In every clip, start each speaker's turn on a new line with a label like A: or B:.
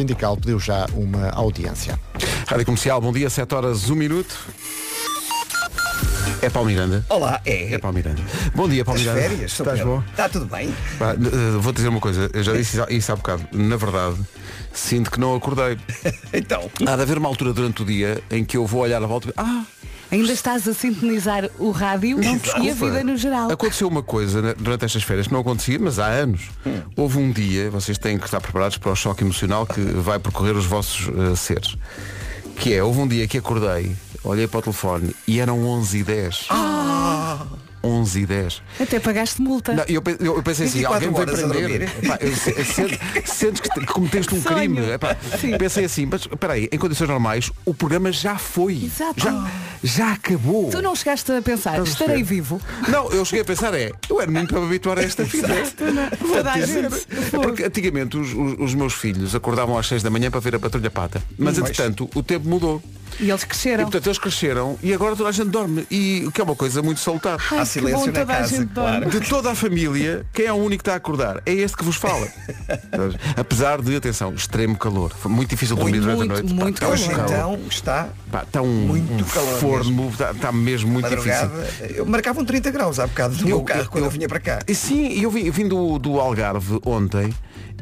A: sindical pediu já uma audiência.
B: Rádio Comercial, bom dia, 7 horas, 1 minuto. É Paulo Miranda.
C: Olá, é.
B: É Paulo Miranda. Bom dia, Paulo
C: As
B: Miranda.
C: férias, sou
B: Estás
C: Pedro.
B: bom?
C: Está tudo bem?
B: Pá, n- eh, vou dizer uma coisa, eu já disse isso há bocado. Na verdade, sinto que não acordei.
C: Então,
B: Há de haver uma altura durante o dia em que eu vou olhar à volta e ah,
D: Ainda estás a sintonizar o rádio e a
B: desculpa.
D: vida no geral.
B: Aconteceu uma coisa né, durante estas férias que não acontecia, mas há anos. Houve um dia, vocês têm que estar preparados para o choque emocional que vai percorrer os vossos eh, seres. Que é, houve um dia que acordei, olhei para o telefone e eram 11 e 10. 11 e 10.
D: Até pagaste multa.
B: Não, eu, pe- eu- eu pensei assim,
C: 24
B: alguém me veio
C: horas a
B: prender.
C: dormir.
B: Epá, eu se- eu sento- Sentes que, te- que cometeste um
D: Sonho.
B: crime. Epá,
D: Sim.
B: pensei assim, mas espera aí, em condições normais, o programa já foi.
D: Exato.
B: Já, Oh. já acabou.
D: Tu não chegaste a pensar,
B: Estás a
D: estarei
B: perceber?
D: vivo.
B: Não, eu cheguei a pensar é, eu era muito para me habituar a esta vida.
D: é?
B: Vou
D: Toda a
B: dizer.
D: gente.
B: É porque antigamente os, os- os meus filhos acordavam às 6 da manhã para ver a patrulha pata. Mas entretanto o tempo mudou.
D: E eles
B: E
D: cresceram.
B: portanto eles cresceram e agora toda a gente dorme. E o que é uma coisa muito salutar.
D: Ai,
C: há
D: que
C: silêncio
D: bom,
C: na
D: toda a
C: casa,
D: gente
C: claro.
B: De toda a família, quem é o único que está a acordar? É este que vos fala. Apesar de, atenção, extremo calor. Foi muito difícil dormir
D: Muito,
B: durante a
D: muito,
B: noite.
D: muito
B: Pá, tá um
C: Hoje
D: calor.
B: calor.
C: então está
B: Pá, está um,
C: Muito
B: um
C: calor
B: forno, está está mesmo muito difícil.
C: madrugada. Eu marcava um 30 graus há bocado no
B: Eu-
C: meu carro quando eu vinha para cá.
B: E Sim, eu vim, vim do, do Algarve ontem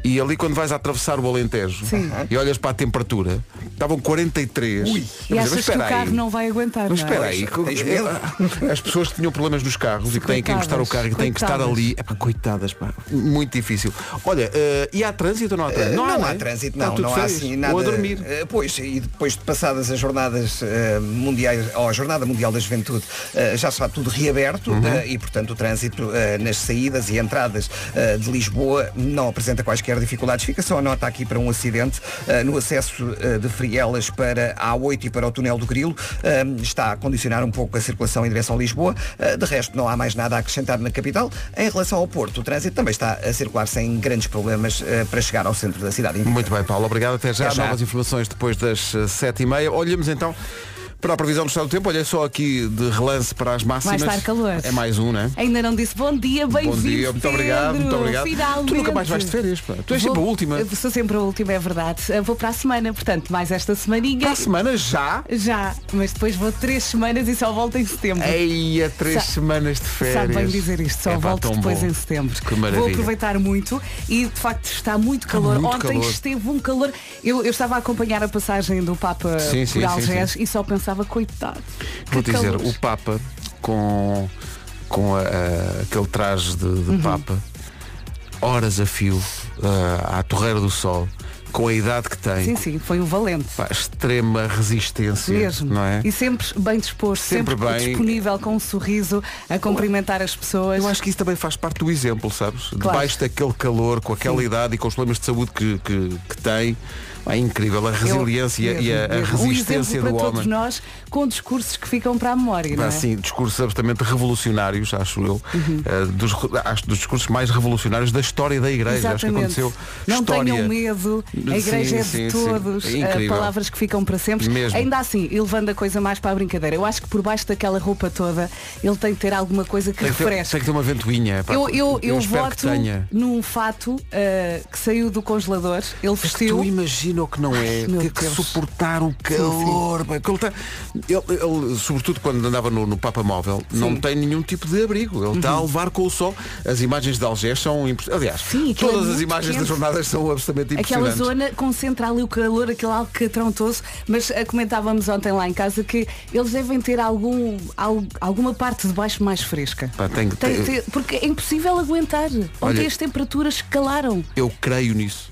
B: e ali quando vais a atravessar o Alentejo
D: Sim.
B: e olhas para a temperatura, estavam 43. Eu pensei,
D: E
B: mas
D: achas que o
B: espera aí,
D: carro não vai aguentar.
B: Mas
D: não é?
B: espera aí,
C: Pois, tens
B: que-
C: medo?
B: as pessoas que tinham problemas nos carros e que têm que encostar o carro e que têm que estar
D: Coitadas.
B: ali, é pá, coitadas, pá, muito difícil. Olha, eh, e há trânsito ou não há trânsito?
C: Eh, não,
B: não
C: há
B: é?
C: trânsito,
B: Está
C: não,
B: tudo
C: não há
B: férias.
C: assim nada.
B: Ou a dormir.
C: Eh, Pois, e depois de passadas as jornadas eh, mundiais, ou a Jornada Mundial da Juventude, eh, já está tudo reaberto eh, e, portanto, o trânsito eh, nas saídas e entradas eh, de Lisboa não apresenta quaisquer dificuldades. Fica só a nota aqui para um acidente eh, no acesso eh, de Frielas para a A8 e para o Túnel do Grilo. eh, está a condicionar um pouco a circulação em direção a Lisboa. Eh, de resto, não há mais nada a acrescentar na capital. Em relação ao Porto, o trânsito também está a circular sem grandes problemas eh, para chegar ao centro da cidade.
B: Muito bem, Paulo, obrigado. Até já.
C: Até já.
B: Novas informações depois das eh, sete e meia. Olhamos então para a previsão do estado do tempo. Olha só aqui de relance para as máximas.
D: estar calor.
B: É mais um, né?
D: Ainda não disse bom dia, bem-vindo.
B: Bom dia, muito obrigado,
D: Pedro.
B: muito obrigado.
D: Finalmente.
B: Tu nunca mais vais de férias, pá. Tu és sempre a última.
D: Eu Sou sempre a última, é verdade. Eu Vou para a semana, portanto, mais esta semaninha.
B: Para a semana já.
D: Já, mas depois vou três semanas e só volto em setembro.
B: Ei, a É três
D: Sa-
B: semanas de férias.
D: Sabe bem dizer isto, só
B: É pá,
D: volto
B: tão
D: depois
B: bom.
D: em setembro.
B: Que
D: Vou
B: maravilha.
D: aproveitar muito e de facto está muito calor.
B: muito
D: Ontem
B: calor.
D: esteve um calor. Eu, eu estava a acompanhar a passagem do Papa
B: Sim,
D: por
B: sim, sim,
D: Algés e só pensava, coitado.
B: Vou
D: que
B: dizer,
D: calor.
B: o Papa com, com a- a- aquele traje de,
D: Uhum.
B: de Papa, horas a fio, ah, à torreira do sol, com a idade que tem,
D: Sim, sim, foi um valente.
B: pá, extrema resistência,
D: Mesmo.
B: não é?
D: E sempre bem disposto,
B: Sempre
D: sempre,
B: bem.
D: disponível, com um sorriso, a cumprimentar as pessoas.
B: Eu acho que isso também faz parte do exemplo, sabes?
D: Claro.
B: Debaixo daquele calor, com aquela idade e com os problemas de saúde que, que, que tem, é incrível a resiliência e a- e a, a
D: Mesmo, mesmo. Um
B: resistência
D: exemplo
B: do
D: para todos
B: homem.
D: nós, com discursos que ficam para a memória, não é? Uhum.
B: Assim, discursos absolutamente revolucionários, acho eu. Eh, dos, re- acho dos discursos mais revolucionários da história da igreja. Acho que aconteceu
D: Não
B: história.
D: tenham medo, a igreja
B: Sim,
D: é de
B: sim, sim.
D: todos,
B: É
D: eh,
B: incrível.
D: palavras que ficam para sempre.
B: Mesmo.
D: Ainda assim, e levando a coisa mais para a brincadeira, eu acho que por baixo daquela roupa toda ele tem que ter alguma coisa que
B: Tem que, ter,
D: refresque.
B: tem que ter uma ventoinha. pá.
D: Eu, eu, eu
B: espero
D: voto
B: que tenha. É
D: num fato eh, que saiu do congelador, ele vestiu.
B: Tu imagina o que não é
D: Ai, meu
B: ter que
D: Deus.
B: suportar o calor. pá, que Ele, tá- ele- ele, sobretudo quando andava no, no Papa Móvel, não tem nenhum tipo de abrigo. Ele está a
D: Uhum.
B: levar com o sol. As imagens de Algés são impressionantes. Aliás,
D: Sim, aquilo é
B: todas as
D: muito
B: imagens
D: quente.
B: das jornadas são absolutamente
D: Aquela
B: impressionantes.
D: zona concentra ali o calor, aquele alcatrão todo, mas ah, comentávamos ontem lá em casa que eles devem ter algum, al- alguma parte de baixo mais fresca.
B: Pá, tem que ter-
D: porque é impossível aguentar.
B: Olha-
D: Ontem as temperaturas escalaram.
B: Eu creio nisso.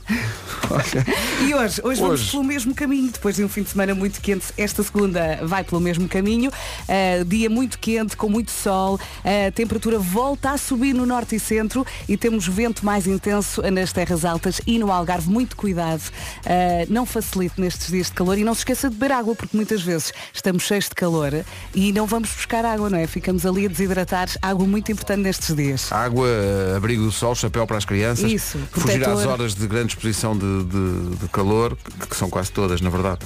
D: E hoje, hoje, vamos
B: Hoje.
D: pelo mesmo caminho, depois de um fim de semana muito quente, esta segunda vai pelo mesmo caminho. Ah, dia muito quente, com muito sol, a temperatura volta a subir no norte e centro e temos vento mais intenso nas terras altas e no Algarve. Muito cuidado, Ah, não facilite nestes dias de calor e não se esqueça de beber água, porque muitas vezes estamos cheios de calor e não vamos buscar água, não é? Ficamos ali a desidratar, água muito importante nestes dias.
B: Água, abrigo do sol, chapéu para as crianças.
D: Isso,
B: Fugir às
D: protetor.
B: horas de grande exposição de, de- de calor. calor, que, que são quase todas, na verdade.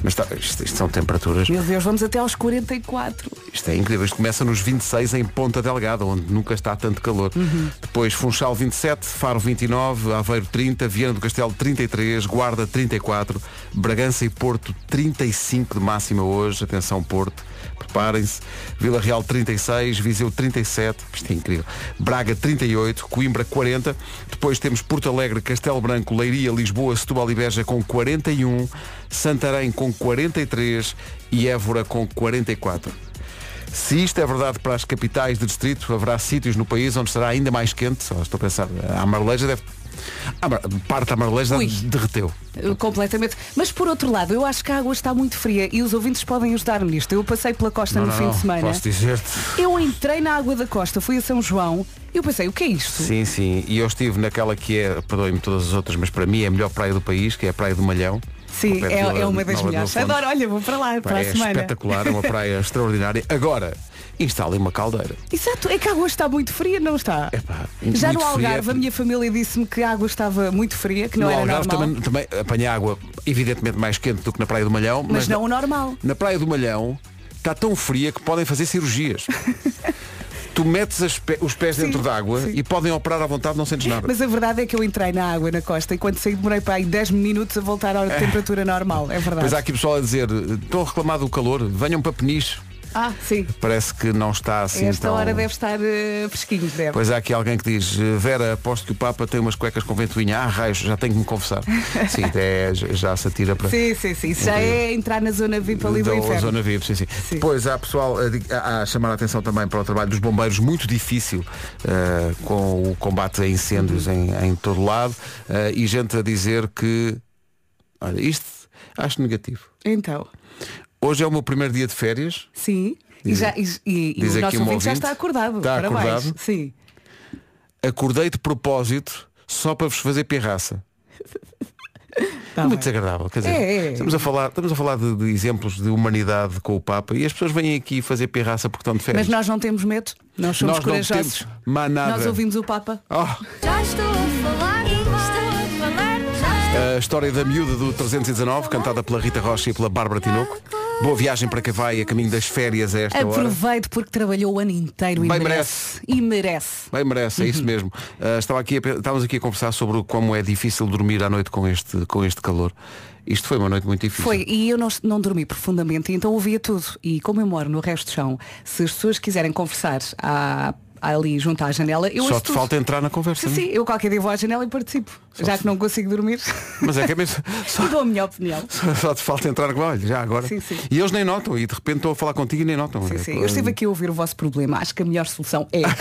B: Mas tá, isto, isto são temperaturas.
D: Meu Deus, vamos até aos 44.
B: Isto é incrível. Isto começa nos 26 em Ponta Delgada, onde nunca está tanto calor. Depois Funchal 27, Faro 29, Aveiro 30, Viana do Castelo 33, Guarda 34, Bragança e Porto 35 de máxima hoje. Atenção Porto, preparem-se. Vila Real 36, Viseu 37, isto é incrível. Braga 38, Coimbra 40. Depois temos Porto Alegre, Castelo Branco, Leiria, Lisboa, Setúbal e Beja com 41, Santarém com 43 e Évora com 44. Se isto é verdade para as capitais de distrito, haverá sítios no país onde será ainda mais quente. Só estou a pensar, a Marleja deve. a Mar- Parte da Marleja
D: Ui.
B: derreteu.
D: Eu, Completamente. Mas por outro lado, eu acho que a água está muito fria e os ouvintes podem ajudar-me nisto. Eu passei pela costa no fim de semana.
B: Posso dizer-te?
D: Eu entrei na água da costa, fui a São João e eu pensei, o que é isto?
B: Sim, sim. E eu estive naquela que é, perdoem-me todas as outras, mas para mim é a melhor praia do país, que é a Praia do Malhão. ao
D: Sim,
B: pé de
D: é,
B: Vila
D: é uma das
B: Nova de
D: melhores.
B: Afonso.
D: Adoro, olha, vou para lá, para
B: Pá,
D: a
B: é
D: semana.
B: espetacular, é uma praia extraordinária. Agora, instalem uma caldeira.
D: Exato, é que a água está muito fria, não está?
B: Epá,
D: Já
B: muito
D: no
B: fria.
D: Algarve, a minha família disse-me que a água estava muito fria, que não
B: no
D: era
B: Algarve
D: normal.
B: também, também apanha água evidentemente mais quente do que na Praia do Malhão.
D: Mas,
B: na-
D: não o normal.
B: na Praia do Malhão está tão fria que podem fazer cirurgias. tu metes as pe- os pés dentro d'água e podem operar à vontade, não sentes nada.
D: Mas a verdade é que eu entrei na água na costa e quando saí demorei para aí 10 minutos a voltar à temperatura normal, é verdade.
B: Pois há aqui pessoal a dizer, estão a reclamar do calor, venham para Peniche.
D: Ah, sim.
B: Parece que não está assim
D: Esta
B: tão...
D: hora deve estar eh, fresquinho, deve.
B: Pois há aqui alguém que diz, Vera, aposto que o Papa tem umas cuecas com ventoinha. Ah, raios, já tenho que me confessar. Sim, é, já se atira para...
D: Sim, sim, sim. Isso já é entrar na zona VIP ali do
B: da
D: inferno.
B: zona VIP, sim, sim.
D: Sim.
B: Depois há pessoal a, di- a- a chamar a atenção também para o trabalho dos bombeiros, muito difícil eh, com o combate a incêndios em, em todo lado, eh, e gente a dizer que, olha, isto acho negativo.
D: Então,
B: Hoje é o meu primeiro dia de férias,
D: sim. E,
B: Diz-
D: já, e, e- e
B: diz
D: o
B: aqui
D: nosso
B: um
D: ouvinte já
B: ouvinte.
D: está acordado.
B: Está
D: Parabéns.
B: acordado.
D: Sim.
B: acordei de propósito só para vos fazer pirraça.
D: Tá
B: muito
D: bem.
B: desagradável, quer dizer,
D: É, é.
B: estamos a falar, estamos a falar de, de exemplos de humanidade com o Papa e as pessoas vêm aqui fazer pirraça porque estão de férias.
D: Mas nós não temos medo, nós somos
B: Nós não
D: corajosos.
B: temos mais nada.
D: Nós ouvimos o Papa.
B: Oh.
E: Já estou a falar, estou a falar, já
B: A história da miúda do 319, cantada pela Rita Rocha e pela Bárbara Tinoco. Boa viagem para que vai a caminho das férias a esta hora.
D: Aproveite porque trabalhou o ano inteiro e
B: Bem
D: merece. E merece.
B: Bem merece, é isso mesmo. Ah, estava aqui a pe- estávamos aqui a conversar sobre o- como é difícil dormir à noite com este, com este calor. Isto foi uma noite muito difícil.
D: Foi, e eu não, não dormi profundamente, então ouvia tudo. E como eu moro no resto do chão, se as pessoas quiserem conversar à- ali junto à janela, eu
B: Só
D: ouço
B: te
D: tudo.
B: falta entrar na conversa.
D: Sim,
B: não é?
D: sim, eu qualquer dia vou à janela e participo. já que não consigo dormir,
B: Mas é que é mesmo. Só,
D: e dou a minha opinião.
B: só te falta entrar com olha, já agora.
D: Sim, sim.
B: E eles nem notam, e de repente estou a falar contigo e nem notam.
D: Sim,
B: É,
D: sim. Eu estive aqui a ouvir o vosso problema. Acho que a melhor solução é.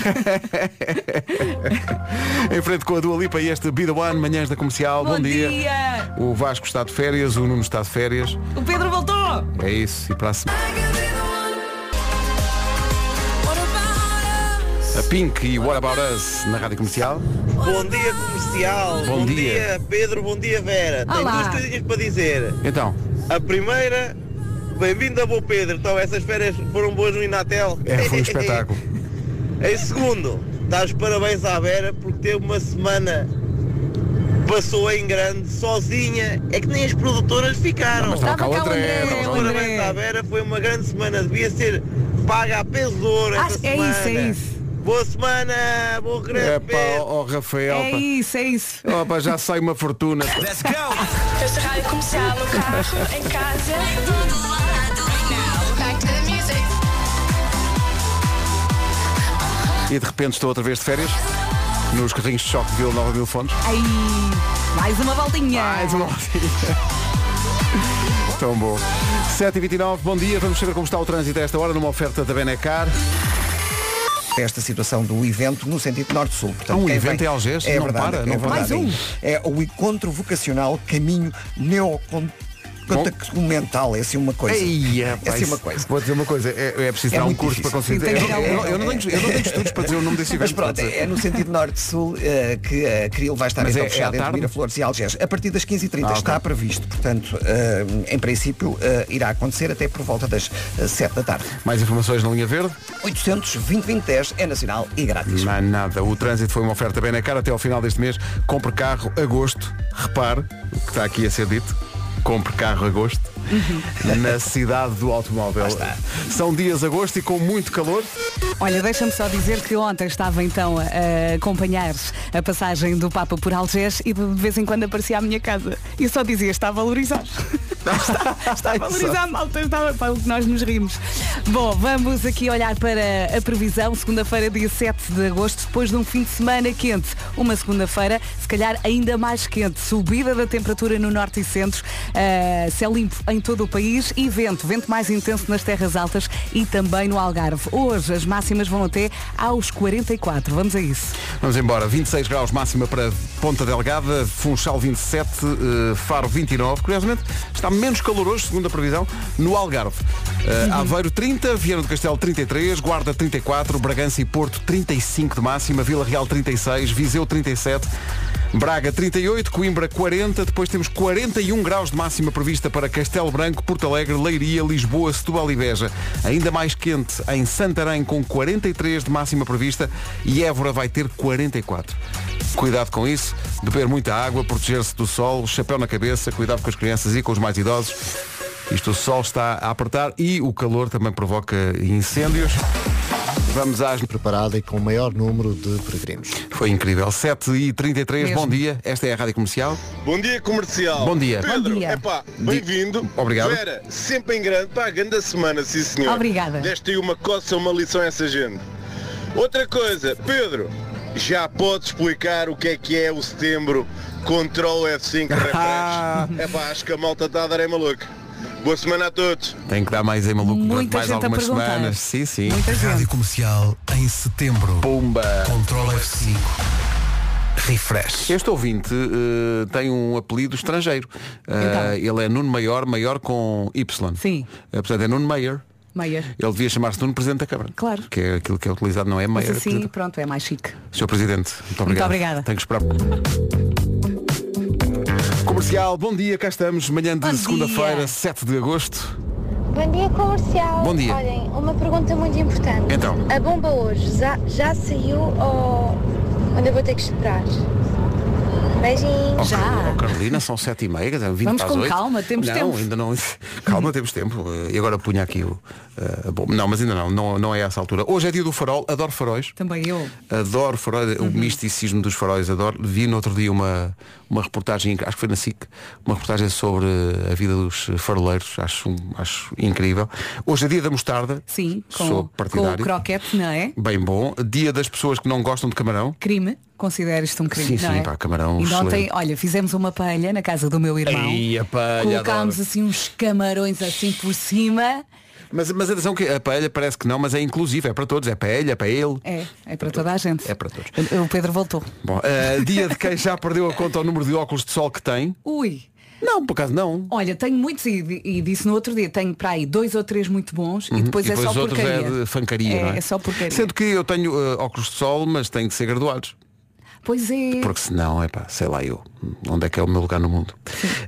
B: Em frente com a Dua Lipa e este Be The One, manhãs da comercial. Bom,
D: dia!
B: O Vasco está de férias, o Nuno está de férias.
D: O Pedro voltou!
B: É isso, e para a semana. A Pink e What About Us na Rádio Comercial.
F: Bom dia comercial,
B: Bom
F: bom,
B: dia.
F: dia. Pedro, bom dia Vera. Tenho
D: Olá.
F: duas coisinhas para dizer.
B: Então,
F: A primeira, bem-vindo a Bom Pedro. Então essas férias foram boas no Inatel.
B: é, foi um espetáculo.
F: em segundo, dar os parabéns à Vera porque teve uma semana passou em grande, sozinha, é que nem as produtoras ficaram.
B: Mas estava cá o
D: cá o
B: André.
D: André.
B: estava cá o André.
F: Parabéns à Vera, foi uma grande semana, devia ser paga a peso de ouro esta
D: Acho- é
F: semana.
D: isso, é isso.
F: Boa semana, bom regresso
B: É
F: Pedro.
B: pá, ó Rafael.
D: É isso, é isso.
B: pá. Ó, pá, já sai uma fortuna.
G: Ouço a rádio comercial no carro, em casa.
B: E de repente estou outra vez de férias. Nos carrinhos de choque de Vila Nova Mil Fontes.
D: Aí, mais uma voltinha.
B: Mais uma voltinha. Tão bom. 7h29, bom dia. Vamos saber como está o trânsito a esta hora numa oferta da Benecar.
C: esta situação do evento no sentido norte-sul. Portanto,
B: Ah, um
C: quem
B: evento em Algés?
C: É
B: Não
C: verdade,
D: um.
B: para,
C: é
B: não para.
C: verdade.
B: Mais um.
C: É o encontro vocacional Caminho Neocon contacto mental, é assim uma coisa.
B: Eia,
C: é
B: pá,
C: assim uma
B: isso-
C: coisa.
B: Vou dizer uma coisa, é, é preciso
C: É
B: dar um
C: muito
B: curso
C: difícil.
B: para conseguir.
D: Sim, tem que
B: eu,
D: dar um-
B: eu- eu não tenho, eu não tenho estudos para dizer o nome desse
C: Mas
B: evento.
C: pronto,
B: portanto,
C: é no sentido norte-sul eh, que a Cril vai estar
B: Mas
C: então
B: é- é à
C: fechada entre
B: tarde?
C: Miraflores e Algés. A partir das 15h30
B: Ah, ok.
C: está previsto, portanto, eh, em princípio, eh, irá acontecer até por volta das 7 da tarde.
B: Mais informações na linha verde?
C: 820-2010 é nacional e grátis.
B: Não há nada. O trânsito foi uma oferta bem na cara até ao final deste mês. Compre carro agosto. Repare o que está aqui a ser dito. Compre carro agosto.
C: Uhum.
B: Na cidade do automóvel. São dias agosto e com muito calor.
D: Olha, deixa-me só dizer que ontem estava então a, a acompanhar a passagem do Papa por Algés e de vez em quando aparecia à minha casa. E eu só dizia, está a valorizar. está, está a valorizar, malta, está para o que nós nos rimos. Bom, vamos aqui olhar para a previsão, segunda-feira, dia 7 de agosto, depois de um fim de semana quente. Uma segunda-feira, se calhar ainda mais quente. Subida da temperatura no norte e centro, eh, céu limpo em todo o país e vento, vento mais intenso nas terras altas e também no Algarve. Hoje as máximas vão até aos 44. Vamos a isso.
B: Vamos embora. 26 graus máxima para Ponta Delgada, Funchal 27, eh, Faro 29. Curiosamente, está menos calor hoje, segundo a previsão, no Algarve. Eh, Aveiro 30, Viana do Castelo 33, Guarda 34, Bragança e Porto 35 de máxima, Vila Real 36, Viseu 37. Braga 38, Coimbra 40, depois temos 41 graus de máxima prevista para Castelo Branco, Porto Alegre, Leiria, Lisboa, Setúbal e Beja. Ainda mais quente em Santarém com 43 de máxima prevista e Évora vai ter 44. Cuidado com isso, beber muita água, proteger-se do sol, chapéu na cabeça, cuidado com as crianças e com os mais idosos. Isto o sol está a apertar e o calor também provoca incêndios. Vamos às...
A: Preparada e com o maior número de peregrinos.
B: Foi incrível. 7h33,
D: Mesmo.
B: bom dia. Esta é a Rádio Comercial.
H: Bom dia, comercial.
B: Bom dia.
H: Pedro,
D: Bom dia.
H: epá, bem-vindo.
B: Obrigado.
H: Vera, sempre em grande. Pá, grande semana, sim senhor.
D: Obrigada.
H: Deste aí uma coça, uma lição a essa gente. Outra coisa, Pedro, já podes explicar o que é que é o setembro Control F5
B: Ah.
H: Refresh. epá, acho que a malta está a dar é maluca. Boa semana a todos.
B: Tem que dar mais em maluco durante
D: Muita
B: mais
D: gente a
B: algumas
D: perguntar.
B: semanas. Sim, sim.
D: Muita gente.
I: Comercial em setembro.
B: Pumba!
I: Control F5. Refresh.
B: Este ouvinte eh, tem um apelido estrangeiro. Eh, ele é Nuno Maior, maior com Y.
D: Então. Sim.
B: Eh, portanto, é Nuno Maior.
D: Meia.
B: Ele devia chamar-se Nuno Presidente da Câmara.
D: Claro.
B: Que é aquilo que é utilizado, não é
D: Mas
B: Maior. é
D: assim,
B: Presidente.
D: pronto, é mais chique.
B: Senhor Presidente, muito obrigado.
D: obrigada.
B: Tenho que esperar. Comercial, bom dia, cá estamos. Manhã
D: Bom
B: de
D: dia.
B: segunda-feira, 7 de agosto.
J: Bom dia comercial.
B: Bom dia.
J: Olhem, uma pergunta muito importante.
B: Então.
J: A bomba hoje já, já saiu ou ainda vou ter que esperar? Beijinhos.
B: Oh,
D: Já.
B: Car- oh, Carolina, são sete e meia, quer dizer, 20
D: Vamos
B: para as
D: com
B: oito.
D: calma, temos
B: não,
D: tempo.
B: ainda não. é- Calma, temos tempo. Eh, E agora punha aqui o. eh, bom, não, mas ainda não, não, não é essa altura. Hoje é dia do farol, adoro faróis.
D: Também eu. Uhum.
B: Adoro faróis, o misticismo dos faróis, adoro. Vi no outro dia uma, uma reportagem, acho que foi na SIC, uma reportagem sobre eh, a vida dos faroleiros, acho, um- acho incrível. Hoje é dia da mostarda.
D: Sim,
B: Sou
D: com, com o
B: partidário.
D: croquete, não é?
B: Bem bom. Dia das pessoas que não gostam de camarão.
D: Crime, considero isto um crime.
B: Sim,
D: não
B: sim,
D: é?
B: pá, camarão,
D: E ontem,
B: excelente.
D: olha, fizemos uma paella na casa do meu irmão.
B: Ei, a paella,
D: Colocámos
B: adoro.
D: assim uns camarões assim por cima.
B: Mas, mas atenção que a paella parece que não, mas é inclusiva, é para todos, é para ele, é para ele.
D: É, é para toda a gente.
B: É para todos.
D: O Pedro voltou.
B: Bom, eh, dia de quem já perdeu a conta ao número de óculos de sol que tem.
D: Ui,
B: Não, por acaso não.
D: olha, tenho muitos e, e disse no outro dia, tenho para aí dois ou três muito bons e depois,
B: Uhum. e depois
D: é
B: os
D: só
B: outros
D: porcaria.
B: é de fancaria,
D: É,
B: não é?
D: é só porcaria.
B: Sendo que eu tenho eh, óculos de sol, mas têm que ser graduados.
D: Pois é.
B: Porque senão, é pá, sei lá eu, onde é que é o meu lugar no mundo.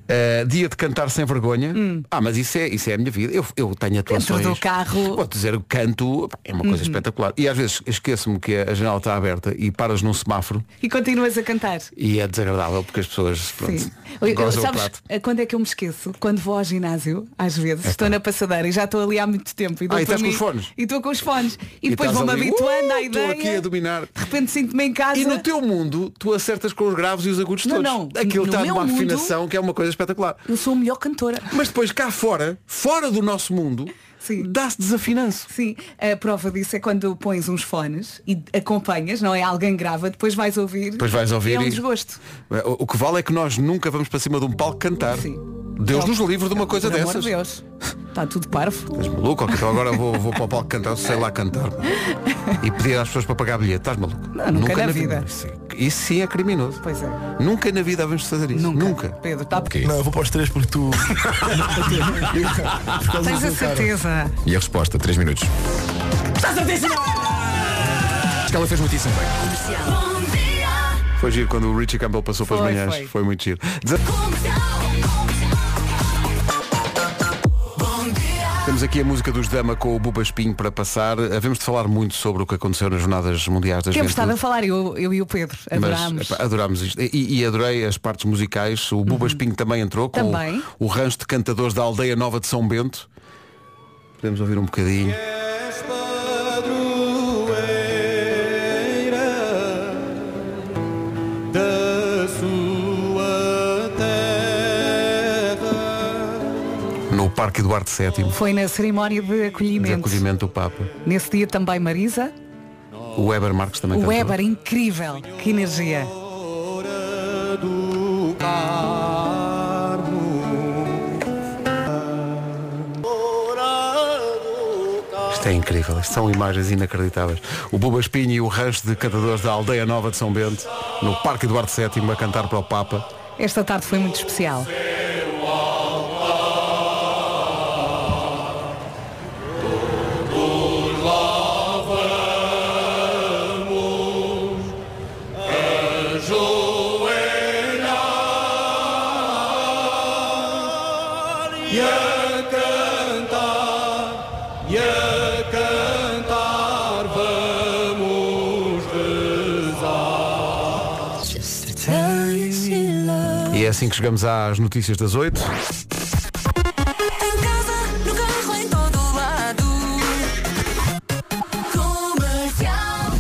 B: Eh, dia de cantar sem vergonha. Ah, mas isso é, isso é a minha vida. Eu, eu tenho atuações.
D: Hum. do carro. Uhum.
B: Vou dizer, eu canto, é uma coisa espetacular. E às vezes esqueço-me que a janela está aberta e paras num semáforo
D: E continuas a cantar.
B: e é desagradável porque as pessoas, pronto,
D: Sim. Eu- eu-
B: gozam o
D: sabes
B: prato. Então.
D: quando é que eu me esqueço? Quando vou ao ginásio, às vezes, estou na passadeira e já estou ali há muito tempo. E dou
B: Ah, e
D: para
B: estás com
D: mim-
B: os fones?
D: E estou com os fones. E, depois
B: estás
D: vou-me
B: ali,
D: habituando à
B: "Uh, estou
D: ideia.
B: aqui a dominar."
D: De repente sinto-me em casa.
B: E no teu mundo, tu acertas com os graves e os agudos
D: Não,
B: todos.
D: não.
B: Aquilo
D: No
B: está
D: meu
B: numa
D: mundo-
B: afinação que é uma coisa espetacular.
D: Eu sou a melhor cantora.
B: Mas depois cá fora, fora do nosso mundo,
D: Sim.
B: dá-se desafinanço.
D: Sim, a prova disso é quando pões uns fones e acompanhas, não é? Alguém grava, depois vais ouvir.
B: Depois vais ouvir
D: E é um
B: e-
D: desgosto.
B: O o que vale é que nós nunca vamos para cima de um palco cantar.
D: Sim.
B: Deus
D: Oh,
B: nos livre de uma coisa
D: Por amor
B: dessas.
D: de Deus. Está tudo parvo.
B: Estás maluco? Ok, Então agora vou, vou para o palco cantar, sei lá cantar. E pedir às pessoas para pagar bilhete. Estás maluco?
D: Não, nunca na vida.
B: Isso, isso sim é criminoso.
D: Pois é.
B: Nunca na vida vamos fazer isso. Nunca. Tá
D: Pedro, está
K: Não, eu vou para os três porque tu. Por causa
D: Tens
K: do
D: a
K: seu cara.
D: certeza.
L: E a resposta, 3 minutos.
D: Está certíssimo!
L: Acho que ela fez muitíssimo bem.
B: Foi giro quando o Richie Campbell passou para as
L: Foi,
B: manhãs. Foi.
L: foi.
B: muito giro. Deze- Temos aqui a música dos Dama com o Buba Espinho para passar. Havemos de falar muito sobre o que aconteceu nas Jornadas Mundiais das
D: Temos estado a
B: Juventude.
D: falar, eu, eu e o Pedro. Adorámos. Uhum.
B: Mas epá, adorámos isto. E, e adorei as partes musicais. O Buba Espinho também entrou com
D: Também.
B: O, o rancho de cantadores da aldeia nova de São Bento. Podemos ouvir um bocadinho.
M: da sua terra.
B: No Parque Eduardo VII.
D: Foi na cerimónia de
B: De
D: acolhimento.
B: acolhimento do Papa.
D: Nesse dia também Marisa,
B: O Weber Marques também
D: o
B: cantou.
D: Weber, incrível. Que energia.
B: Isto é incrível, isto são imagens inacreditáveis. O Buba Espinho e o rancho de cantadores da Aldeia Nova de São Bento, no Parque Eduardo VII, a cantar para o Papa.
D: Esta tarde foi muito especial.
M: E a cantar, e a cantar, vamos rezar.
B: E é assim que chegamos às notícias das oito.
M: No carro em todo lado. Comercial.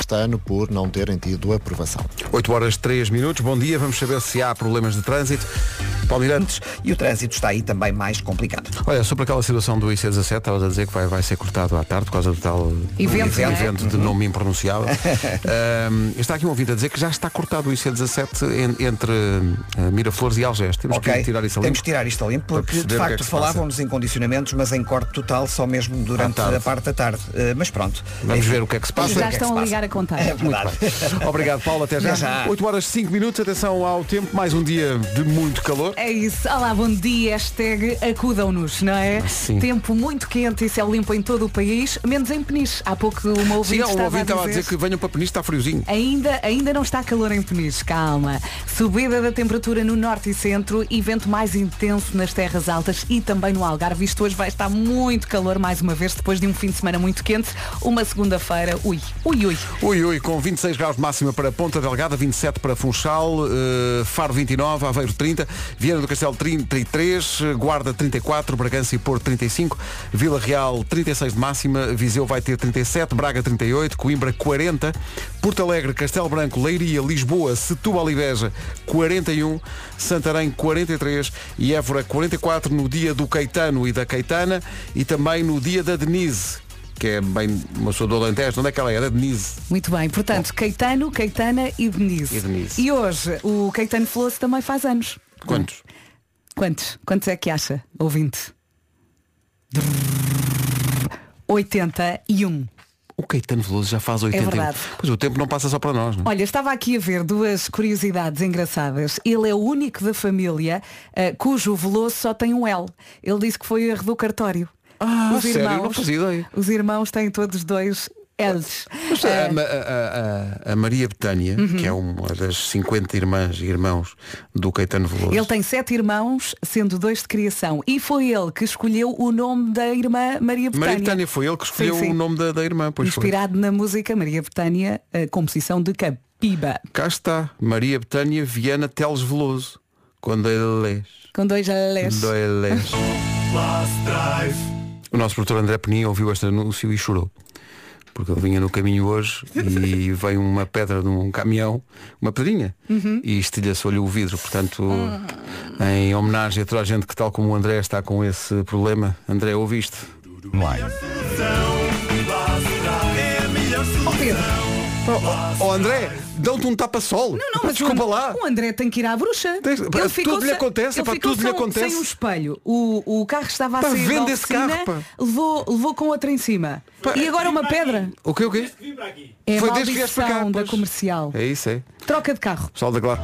A: Este ano por não terem tido aprovação.
B: 8 horas 3 minutos, bom dia, vamos saber se há problemas de trânsito. Palmeirantes.
C: E o trânsito está aí também mais complicado.
B: Olha, sobre aquela situação do IC17, estavas a dizer que vai, vai ser cortado à tarde por causa do tal
C: Evento, não é?
B: evento de nome impronunciável. Ahm, está aqui um ouvinte a dizer que já está cortado o IC17 en- entre eh, Miraflores e Algés. Temos que
C: Ok,
B: tirar isso ali.
C: Temos que tirar isto a limpo,
B: Para
C: porque
B: perceber
C: de
B: o que é
C: facto
B: que se
C: falávamos em condicionamentos, mas em corte total só mesmo durante
B: À tarde.
C: a parte da tarde. Eh, mas pronto.
B: Vamos ver o que é que se É passa.
D: Já estão a ligar a contar.
C: É
B: Obrigado, Paulo. Até já.
D: Até já.
B: 8 horas 5 minutos. Atenção ao tempo. Mais um dia de muito calor.
D: É isso. Olá, bom dia. Hashtag acudam-nos, não é?
B: Sim.
D: Tempo muito quente e céu limpo em todo o país, menos em Peniche. Há pouco uma ouvinte
B: Sim, o
D: estava,
B: ouvinte estava a dizer
D: que
B: que venham para Peniche, está friozinho.
D: Ainda, ainda não está calor em Peniche, calma. Subida da temperatura no norte e centro e vento mais intenso nas terras altas e também no Algarve. Isto hoje vai estar muito calor mais uma vez, depois de um fim de semana muito quente. Uma segunda-feira, ui, ui, ui.
B: Ui, ui, com 26 graus de máxima para Ponta Delgada, 27 para Funchal, eh, Faro 29, Aveiro 30, Viana do Castelo 33, eh, Guarda 34, Bragança e Porto 35, Vila Real 36 de máxima, Viseu vai ter 37, Braga 38, Coimbra 40, Porto Alegre, Castelo Branco, Leiria, Lisboa, Setúbal e Beja 41, Santarém 43 e Évora 44 no dia do Caetano e da Caetana e também no dia da Denise. Que é bem uma pessoa do Alentejo, onde é que ela é? Da Denise.
D: Muito bem, portanto, Caetano, Caetana e Denise.
B: E Denise.
D: E hoje o Caetano Veloso também faz anos.
B: Quantos?
D: Quantos? Quantos é que acha, ouvinte? 81.
B: O Caetano Veloso já faz 80
D: É verdade.
B: Pois o tempo não passa só para nós, não é?
D: Olha, estava aqui a ver duas curiosidades engraçadas. Ele é o único da família ah, cujo Veloso só tem um L. Ele disse que foi erro do cartório.
B: Ah, sério? Não fazia ideia.
D: Os irmãos têm todos dois L's.
B: Mas,
D: Ah,
B: a, Ma- a- a- a Maria Betânia,
D: Uhum.
B: que é uma das 50 irmãs e irmãos do Caetano Veloso.
D: Ele tem sete irmãos, sendo dois de criação. E foi ele que escolheu o nome da irmã Maria Betânia.
B: Maria Betânia foi ele que escolheu
D: Sim, sim.
B: o nome da, da irmã, pois foi.
D: Inspirado na música Maria Betânia, a composição de Capiba.
B: Cá está, Maria Betânia Viana Teles Veloso. Quando ele
D: Com dois L's.
B: Doeles. O nosso produtor André Peninha ouviu este anúncio e chorou. Porque ele vinha no caminho hoje e veio uma pedra de um caminhão, uma pedrinha,
M: Uhum.
B: e estilhaçou-lhe o vidro. Portanto, em homenagem a toda a gente que, tal como o André, está com esse problema, André, ouviste?
M: É a melhor solução.
B: Oh, oh, André, dão-te um tapa-sol.
D: Não, não,
B: Pá,
D: mas
B: Desculpa
D: o,
B: lá.
D: o André tem que ir à bruxa.
B: Tens- pá, tudo lhe
D: sem-
B: acontece,
D: ele
B: pá,
D: ficou
B: tudo lhe
D: sem-
B: acontece.
D: Sem um espelho. O, o carro estava a
B: Pá,
D: sair da
B: vende esse
D: oficina,
B: carro, pá.
D: levou, levou com outra em cima. e agora uma pedra.
B: O quê, o quê?
D: É
B: Foi
D: a
B: desde que vieste para cá,
D: maldição da
B: pois.
D: comercial.
B: É isso, é.
D: Troca de carro.
B: Pessoal da Claro.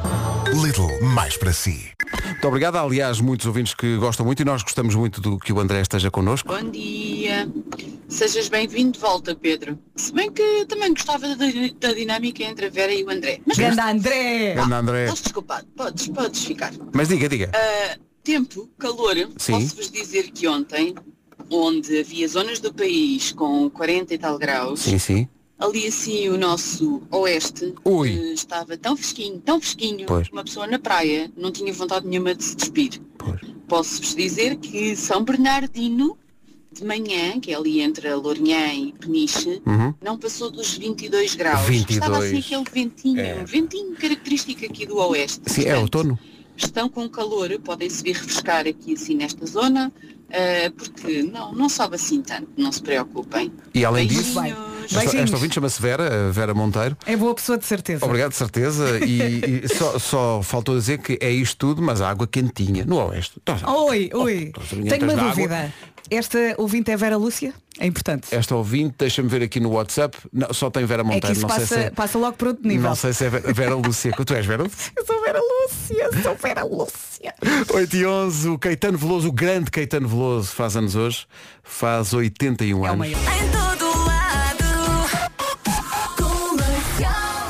B: Little, mais para si. Muito obrigado. Aliás, muitos ouvintes que gostam muito e nós gostamos muito do que o André esteja connosco.
K: Bom dia. Sejas bem-vindo de volta, Pedro. Se bem que também gostava da, da dinâmica entre a Vera e o André. Mas
D: Ganda
K: É.
D: André!
B: Ganda André.
K: Estás desculpado. Podes, podes ficar.
B: Mas diga, diga.
K: Ah, tempo, calor.
B: Sim.
K: Posso-vos dizer que ontem, onde havia zonas do país com 40 e tal graus,
B: Sim, sim.
K: ali assim o nosso oeste
B: Ui.
K: eh, estava tão fresquinho, tão fresquinho,
B: Pois.
K: uma pessoa na praia não tinha vontade nenhuma de se despir. Posso-vos dizer que São Bernardino, de manhã, que é ali entre a Lourinhã e Peniche,
B: Uhum.
K: não passou dos 22 graus.
B: 22.
K: Estava assim aquele ventinho,
B: É.
K: um ventinho característico aqui do oeste.
B: Sim, é outono.
K: Estão com calor, podem-se vir refrescar aqui assim nesta zona, eh, porque não, não sobe assim tanto, não se preocupem.
B: E além
K: Beijinhos.
B: disso, esta,
K: Beijinhos.
B: esta ouvinte chama-se Vera, a Vera Monteiro.
D: É boa pessoa de certeza.
B: Obrigado, de certeza. E, e só, só faltou dizer que é isto tudo, mas a água quentinha, no oeste. Tá.
D: Oi, oi.
B: as vinhetas
D: Tenho uma
B: da água.
D: dúvida. Esta ouvinte é Vera Lúcia? É importante.
B: Esta ouvinte, deixa-me ver aqui no WhatsApp, não, só tem
D: é
B: Vera Monteiro.
D: que isso
B: não
D: passa,
B: sei se é,
D: passa logo para outro nível.
B: Não sei se é Vera, Vera Lúcia. Tu és Vera Lúcia?
D: Eu sou Vera Lúcia, sou Vera Lúcia.
B: 8 e 11, o Caetano Veloso, o grande Caetano Veloso, faz anos hoje, faz 81
D: É
B: anos.
M: Em todo lado. Comercial.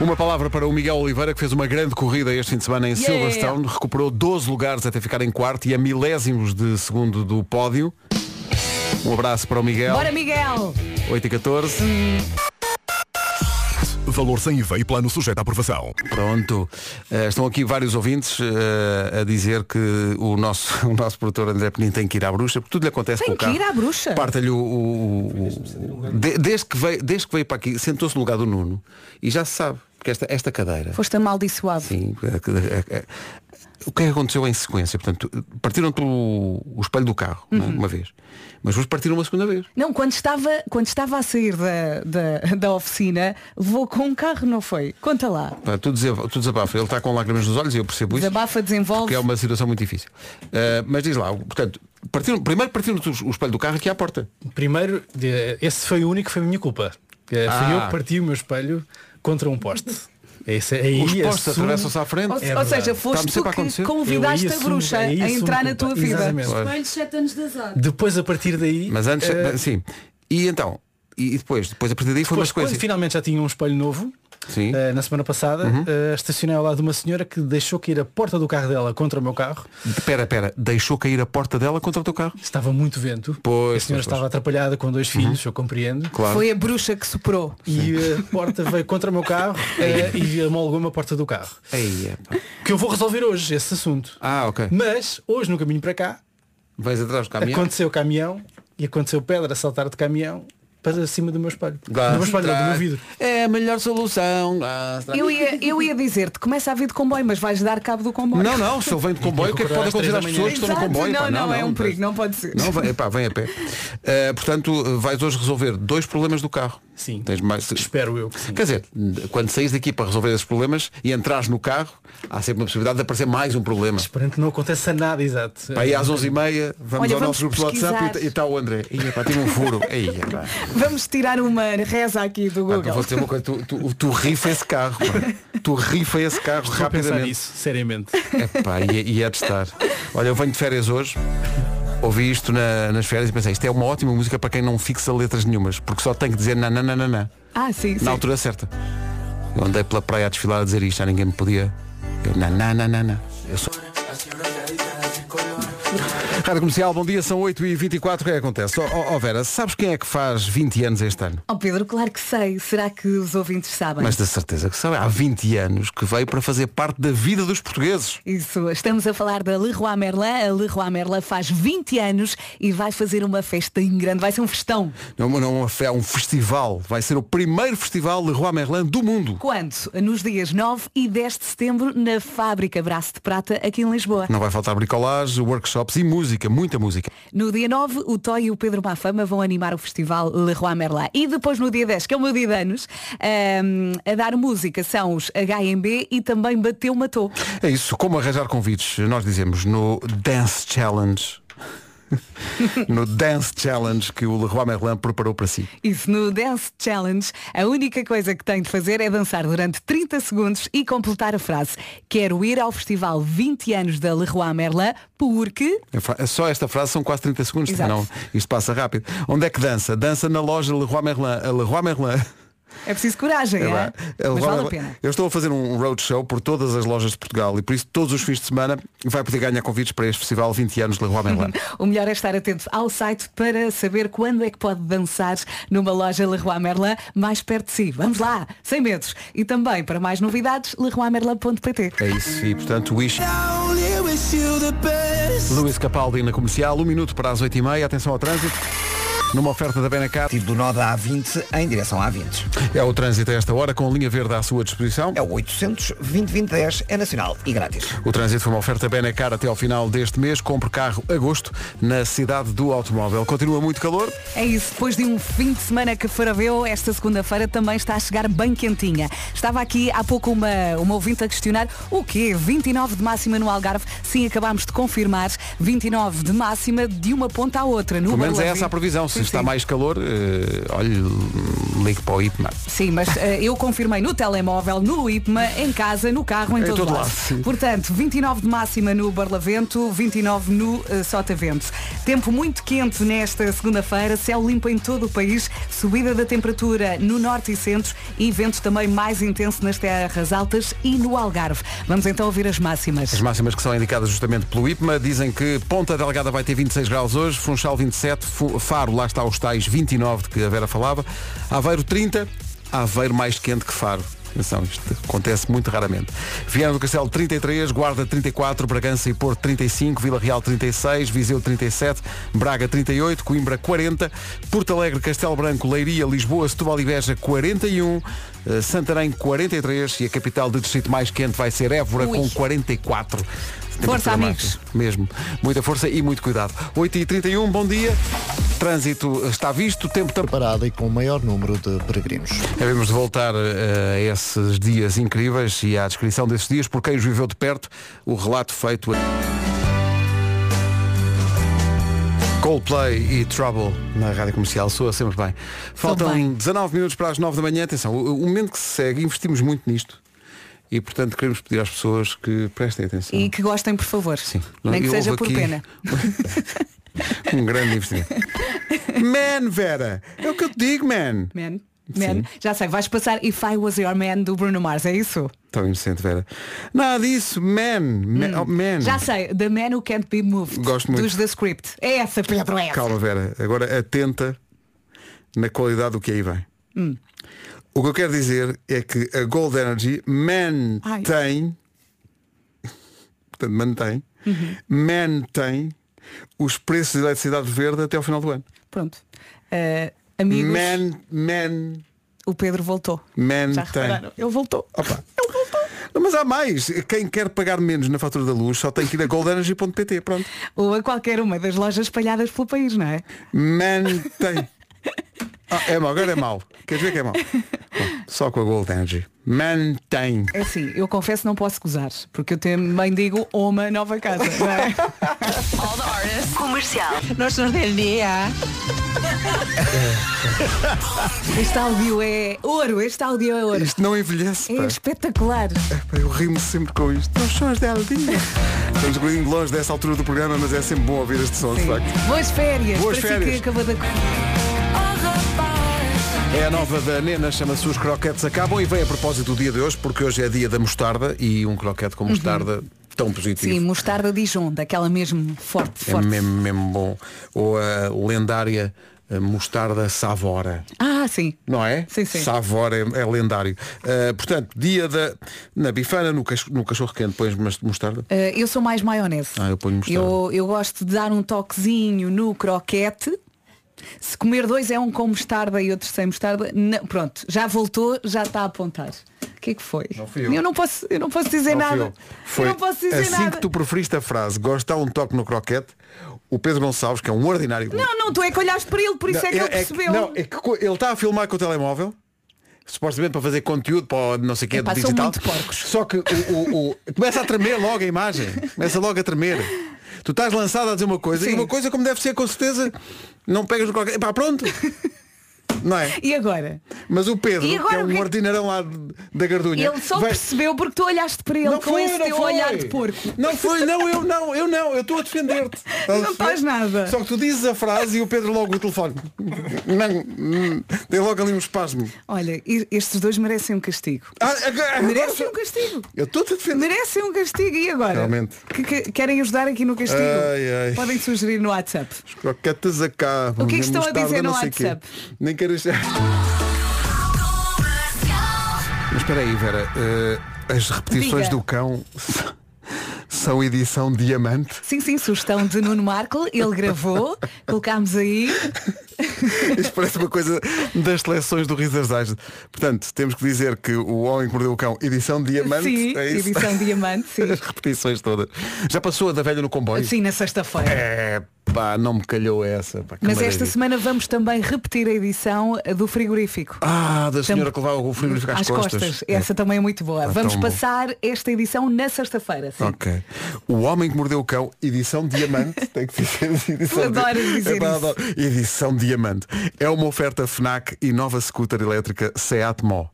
B: Uma palavra para o Miguel Oliveira, que fez uma grande corrida este fim de semana em
M: Yeah.
B: Silverstone, recuperou 12 lugares até ficar em quarto e a milésimos de segundo do pódio. Um abraço para o Miguel.
D: Bora, Miguel!
B: 8 e 14.
L: Valor sem IVA e plano sujeito à aprovação.
B: Pronto. Eh, estão aqui vários ouvintes eh, a dizer que o nosso, o nosso produtor André Penin tem que ir à bruxa, porque tudo lhe acontece com
D: Tem
B: o
D: que
B: carro.
D: ir à bruxa.
B: Parta-lhe o. o- o- de- desde, que veio, desde que veio para aqui, sentou-se no lugar do Nuno e já se sabe, porque esta, esta cadeira.
D: Foste amaldiçoado.
B: Sim. é- é- é- O que é que aconteceu em sequência? Portanto, partiram-te o, o espelho do carro, não é?
D: Uhum.
B: uma vez. Mas vos partiram uma segunda vez.
D: Não, quando estava, quando estava a sair da, da, da oficina, levou com um carro, não foi? Conta lá.
B: Pá, Tu, é? desa- tu desabafa, ele está com lágrimas nos olhos e eu percebo isso.
D: Desabafa, desenvolve.
B: Porque é uma situação muito difícil. Ah, mas diz lá, portanto, partiram, primeiro partiram o espelho do carro aqui à porta.
N: Primeiro, de- esse foi o único, que foi a minha culpa. Eh, Fui
B: Ah.
N: eu que parti o meu espelho contra um poste. Esse, é aí
B: Os postes
N: assumo-
B: atravessam-se à frente.
N: É
B: Ou- ou
N: verdade.
D: seja, foste Está-me sempre tu a que acontecer. convidaste
N: Eu é aí
D: a bruxa
N: assumo- aí
D: a
N: assumo
D: entrar na
N: culpa.
D: tua vida.
N: Exatamente.
O: Espelhos 7 anos de azar.
N: Depois a partir daí.
B: Mas antes,
N: eh,
B: sim. E então, e e depois, depois a partir daí foi uma
N: depois, quando
B: sequência.
N: finalmente já tinha um espelho novo,
B: Sim. Uhum.
N: eh, na semana passada, eh, estacionei ao lado de uma senhora que deixou cair a porta do carro dela contra o meu carro.
B: Espera, espera, deixou cair a porta dela contra o teu carro.
N: Estava muito vento.
B: Pois,
N: a senhora
B: pois, Uhum.
N: estava atrapalhada com dois filhos, eu compreendo.
B: Claro.
D: Foi a bruxa que superou.
N: E a porta veio contra o meu carro eh, e amolgou-me a porta do carro.
B: Aí, é, pá.
N: Que eu vou resolver hoje esse assunto.
B: Ah, ok.
N: Mas hoje no caminho para cá
B: Vais atrás do caminhão.
N: aconteceu caminhão e aconteceu pedra a saltar de caminhão para cima do meu espelho.
B: Lá
N: do meu espelho, não, do meu
B: atrás.
N: vidro.
B: É a melhor solução. Lá atrás.
D: Eu ia, eu ia dizer-te, começa a vir de comboio, mas vais dar cabo do comboio.
B: Não, não, se eu venho de comboio, o que é que pode acontecer às pessoas que estão no
D: Exato,
B: comboio?
D: Não,
B: Pá,
D: não,
B: não,
D: é
B: não,
D: um
B: pois.
D: perigo, não pode ser.
B: Não, vai, epá, vem a pé. Eh, portanto, vais hoje resolver dois problemas do carro.
N: Sim.
B: Tens mais...
N: Espero eu que
B: Quer dizer, quando saís daqui para resolver esses problemas e entras no carro, há sempre uma possibilidade de aparecer mais um problema.
N: Esperando que não aconteça nada, exato.
B: Para aí às 11h30 vamos
D: Olha,
B: ao
D: vamos
B: nosso grupo do
D: pesquisar.
B: WhatsApp e- e está o André. Ia, pá, tive um furo. Ei, pá.
D: Vamos tirar uma reza aqui do
B: Pá, tu,
D: Google.
B: Então, vou dizer uma coisa, tu, tu, tu rifa esse carro. pá. Tu rifa esse carro
N: Estou a pensar
B: rapidamente.
N: nisso, seriamente.
B: Epá, e, e é de estar. Olha, eu venho de férias hoje, ouvi isto na- nas férias e pensei, isto é uma ótima música para quem não fixa letras nenhumas, porque só tem que dizer nananana
D: Ah, sim, sim.
B: na altura certa. Eu andei pela praia a desfilar a dizer isto, já ninguém me podia. Eu nananana. Eu sou. Rádio Comercial, bom dia, são 8h24, o que é que acontece? Ó ó, ó, Vera, sabes quem é que faz 20 anos este ano?
D: Oh Pedro, claro que sei. Será que os ouvintes sabem?
B: Mas de certeza que sabe, há 20 anos que veio para fazer parte da vida dos portugueses.
D: Isso, estamos a falar da Leroy Merlin. A Leroy Merlin faz 20 anos e vai fazer uma festa em grande. Vai ser um festão.
B: Não, não é uma fé, é um festival. Vai ser o primeiro festival de Rua Merlin do mundo.
D: Quando? Nos dias 9 e 10 de setembro na Fábrica Braço de Prata, aqui em Lisboa.
B: Não vai faltar bricolagem, workshops e música, muita música.
D: No dia 9, o Toy e o Pedro Mafama vão animar o festival Le Roi Merlin. E depois no dia 10, que é o meu dia de anos, ahm, a dar música são os HMB e também Bateu Matou.
B: É isso, como arranjar convites, nós dizemos no Dance Challenge. no Dance Challenge que o Leroy Merlin preparou para si.
D: E se no Dance Challenge a única coisa que tem de fazer é dançar durante 30 segundos e completar a frase Quero ir ao festival 20 anos da Leroy Merlin porque...
B: É fra- Só esta frase são quase 30 segundos,
D: Exato.
B: não, isto passa rápido. Onde é que dança? Dança na loja Leroy Merlin. A Leroy Merlin.
D: É preciso coragem, é?
B: verdade. A
D: Mas
B: Leroy
D: vale a
B: Merlin-
D: pena.
B: Eu estou a fazer um roadshow por todas as lojas de Portugal e por isso todos os fins de semana vai poder ganhar convites para este festival 20 anos Leroy Merlin.
D: O melhor é estar atento ao site para saber quando é que pode dançar numa loja Leroy Merlin mais perto de si. Vamos lá, sem medos. E também, para mais novidades, leroymerlin.pt.
B: É isso, e portanto, wish. Luís Capaldi na comercial, um minuto para as 8h30, atenção ao trânsito. Numa oferta da Benacar.
C: Tipo do nó da A20 em direção à A20.
B: É o trânsito a esta hora, com a linha verde à sua disposição.
C: É o 800 é nacional e grátis.
B: O trânsito foi uma oferta Benacar até ao final deste mês. Compre carro agosto na cidade do automóvel. Continua muito calor.
D: É isso, depois de um fim de semana que farabeu, esta segunda-feira também está a chegar bem quentinha. Estava aqui há pouco uma, uma ouvinte a questionar o quê? 29 de máxima no Algarve? Sim, acabámos de confirmar. 29 de máxima de uma ponta à outra. No
B: Pelo menos é
D: Barlavento.
B: essa a previsão. Se está mais calor, eh, olhe, ligue para o IPMA.
D: Sim, mas eh, eu confirmei no telemóvel, no IPMA, em casa, no carro, em,
B: Em
D: todo
B: todo
D: lado.
B: lado, sim.
D: Portanto, 29 de máxima no Barlavento, 29 no eh, Sotavento. Tempo muito quente nesta segunda-feira, céu limpo em todo o país, subida da temperatura no norte e centro e vento também mais intenso nas terras altas e no Algarve. Vamos então ouvir as máximas.
B: As máximas que são indicadas justamente pelo IPMA dizem que Ponta Delgada vai ter 26 graus hoje, Funchal 27, Fu- Faro, lá está os tais 29 de que a Vera falava, Aveiro 30, Aveiro mais quente que Faro. Atenção, isto acontece muito raramente. Viana do Castelo 33, Guarda 34, Bragança e Porto 35, Vila Real 36, Viseu 37, Braga 38, Coimbra 40, Porto Alegre, Castelo Branco, Leiria, Lisboa, Setúbal e Beja 41, eh, Santarém 43 e a capital do distrito mais quente vai ser Évora
D: Ui.
B: com 44.
D: Força,
B: Temperatura
D: amigos.
B: máxima. Mesmo. Muita força e muito cuidado. 8h31, bom dia. Trânsito É está visto, tempo tam...
A: Parada e com o maior número de peregrinos.
B: Havemos de voltar eh, a esses dias incríveis e à descrição desses dias, por quem os viveu de perto, o relato feito. Coldplay e Trouble na rádio comercial soa sempre bem. Faltam 19 minutos para as 9 da manhã. Atenção, o, o momento que se segue, investimos muito nisto e, portanto, queremos pedir às pessoas que prestem atenção.
D: E que gostem, por favor. Nem que
B: Eu
D: seja
B: houve
D: por
B: aqui-
D: pena.
B: Um grande investimento. man, Vera, é o que eu te digo, man.
D: Man, man. Já sei, vais passar If I Was Your Man do Bruno Mars, é isso?
B: Tão inocente, Vera. Nada disso, man. Man. oh, man.
D: Hum. Já sei, The Man Who Can't Be Moved.
B: Gosto muito.
D: Dos The Script. É essa, Pedro, é essa.
B: Calma, Vera. Agora atenta na qualidade do que aí vem.
D: Hum.
B: O que eu quero dizer é que a Gold Energy mantém, portanto mantém,
D: Uhum.
B: mantém os preços de eletricidade verde até ao final do ano.
D: Pronto. Eh, amigos.
B: Man, man.
D: O Pedro voltou. Já
B: Mantém.
D: repararam? Ele voltou.
B: Não, Mas há mais. Quem quer pagar menos na fatura da luz só tem que ir a goldenergy.pt. Pronto.
D: Ou a qualquer uma das lojas espalhadas pelo país, não é?
B: Mantém. Ah, é mau, agora é mau. Queres ver que é mau? Bom, só com a Gold Energy. Mantém.
D: É assim, eu confesso não posso gozar, porque eu também digo uma nova casa, não é?
M: Comercial.
D: Nós somos del dia. Este áudio é ouro, este áudio é ouro. Isto
B: não envelhece.
D: É
B: pá. É,
D: espetacular.
B: Pá, Eu rimo sempre com isto. Nós somos del dia. Estamos um bocadinho longe dessa altura do programa, mas é sempre bom ouvir este som, de facto.
D: Boas férias.
B: Boas
D: para si
B: férias.
D: que acabou de
B: É a nova da Nena, chama-se Os Croquetes Acabam e vem a propósito do dia de hoje, porque hoje é dia da mostarda e um croquete com mostarda tão positivo.
D: Uhum. Sim, mostarda Dijon, daquela mesmo forte,
B: É
D: forte.
B: mesmo, mesmo bom. Ou a lendária eh, mostarda Savora.
D: Ah, sim.
B: Não é?
D: Sim, sim.
B: Savor é, é lendário. Ah, portanto, dia da. Na bifana, no, cach- no cachorro quente pões mas- mostarda.
D: Eh, eu sou mais maionese.
B: Ah, eu ponho mostarda.
D: Eu, eu gosto de dar um toquezinho no croquete. Se comer dois é um com mostarda e outro sem mostarda. Não, pronto, já voltou, já está a apontar. O que é que foi?
B: Não fui eu.
D: não posso, eu não posso dizer
B: Não fui
D: nada.
B: eu. Foi
D: eu não posso dizer
B: assim
D: nada.
B: que tu preferiste a frase gosta um toque no croquete, o Pedro Gonçalves, que é um ordinário.
D: Não, não, tu é que olhaste para ele, por isso
B: Não,
D: é que ele percebeu.
B: não, é que co- ele está a filmar com o telemóvel, supostamente para fazer conteúdo para o não sei o que
D: Epá,
B: do
D: É são
B: digital.
D: muito porcos.
B: Só que o, o- o- começa a tremer logo a imagem. Começa logo a tremer. Tu estás lançado a dizer uma coisa e uma coisa como deve ser com certeza. Não pegas no qualquer. Pá, pronto. Não é?
D: E agora?
B: Mas o Pedro,
D: E agora
B: que é
D: o
B: um
D: que é que-
B: ordinarão lá de- da Gardunha.
D: Ele só
B: vai-
D: percebeu porque tu olhaste para ele
B: Não
D: com
B: foi,
D: esse
B: não
D: teu
B: foi.
D: olhar de porco.
B: Não foi, não, eu não, eu não, eu estou a defender-te.
D: Não faz nada.
B: Só que tu dizes a frase e o Pedro logo o telefone. Não, hum, tem logo ali um espasmo.
D: Olha, e- estes dois merecem um castigo.
B: Ah, agora-
D: Merecem um castigo.
B: Eu estou a defender.
D: Merecem um castigo. E agora?
B: Realmente.
D: Que, que- querem ajudar aqui no castigo?
B: Ai, ai.
D: Podem sugerir no WhatsApp.
B: Croquetas acabam.
D: O que é que estão a
B: mostarda,
D: dizer no
B: não sei quê.
D: WhatsApp?
B: Nem quero achar. Mas espera aí, Vera. eh, as repetições
D: Diga.
B: do cão são edição diamante.
D: Sim, sim, sugestão de Nuno Marco, ele gravou, colocámos aí.
B: Isto parece uma coisa das seleções do Risas Ais. Portanto, temos que dizer que o Homem que Mordeu o Cão, edição diamante.
D: sim,
B: é isso?
D: edição diamante, sim.
B: As repetições todas. Já passou a da velha no comboio?
D: Sim, na sexta-feira.
B: É, pá, não me calhou essa. pá, que
D: Mas
B: maravilha.
D: esta semana vamos também repetir a edição do frigorífico.
B: Ah, da senhora
D: Tamb-
B: que levava o frigorífico às, costas.
D: Então, Essa também é muito boa.
B: Ah,
D: vamos
B: tão bom.
D: passar esta edição na sexta-feira. sim.
B: Ok. O Homem que Mordeu o Cão, edição diamante. Tem que dizer edição
D: Tu adoras
B: di-
D: dizer
B: Epá,
D: isso.
B: adoro. Edição diamante. É uma oferta FNAC e nova scooter elétrica Seat Mó.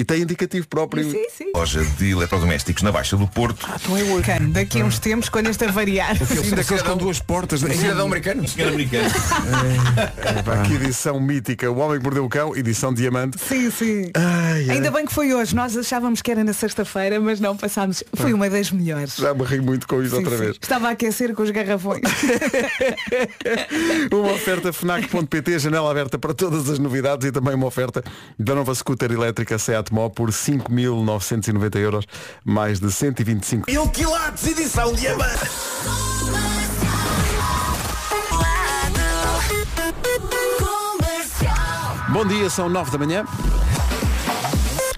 B: E tem indicativo próprio.
D: Sim, sim.
O: Loja de eletrodomésticos na Baixa do Porto.
B: Ah,
D: Bacana. Daqui a uns tempos, quando esta variar.
B: então é Sim, daqueles com duas portas. né?
O: Um cidadão americano? Um senhor americano.
B: É, pá,
D: Ah.
B: que edição mítica. O Homem que Mordeu o Cão, edição diamante.
D: Sim, sim.
B: Ai, ai.
D: Ainda bem que foi hoje. Nós achávamos que era na sexta-feira, mas não passámos. Foi uma das melhores.
B: Já me ri muito com isso
D: Sim,
B: outra
D: sim.
B: vez.
D: Estava a aquecer com os garrafões.
B: Uma oferta FNAC.pt, janela aberta para todas as novidades e também uma oferta da nova scooter elétrica Seat Mó por 5.990 euros, mais de 125.
O: Ele quilates, edição diamante.
B: Bom dia, são 9 da manhã.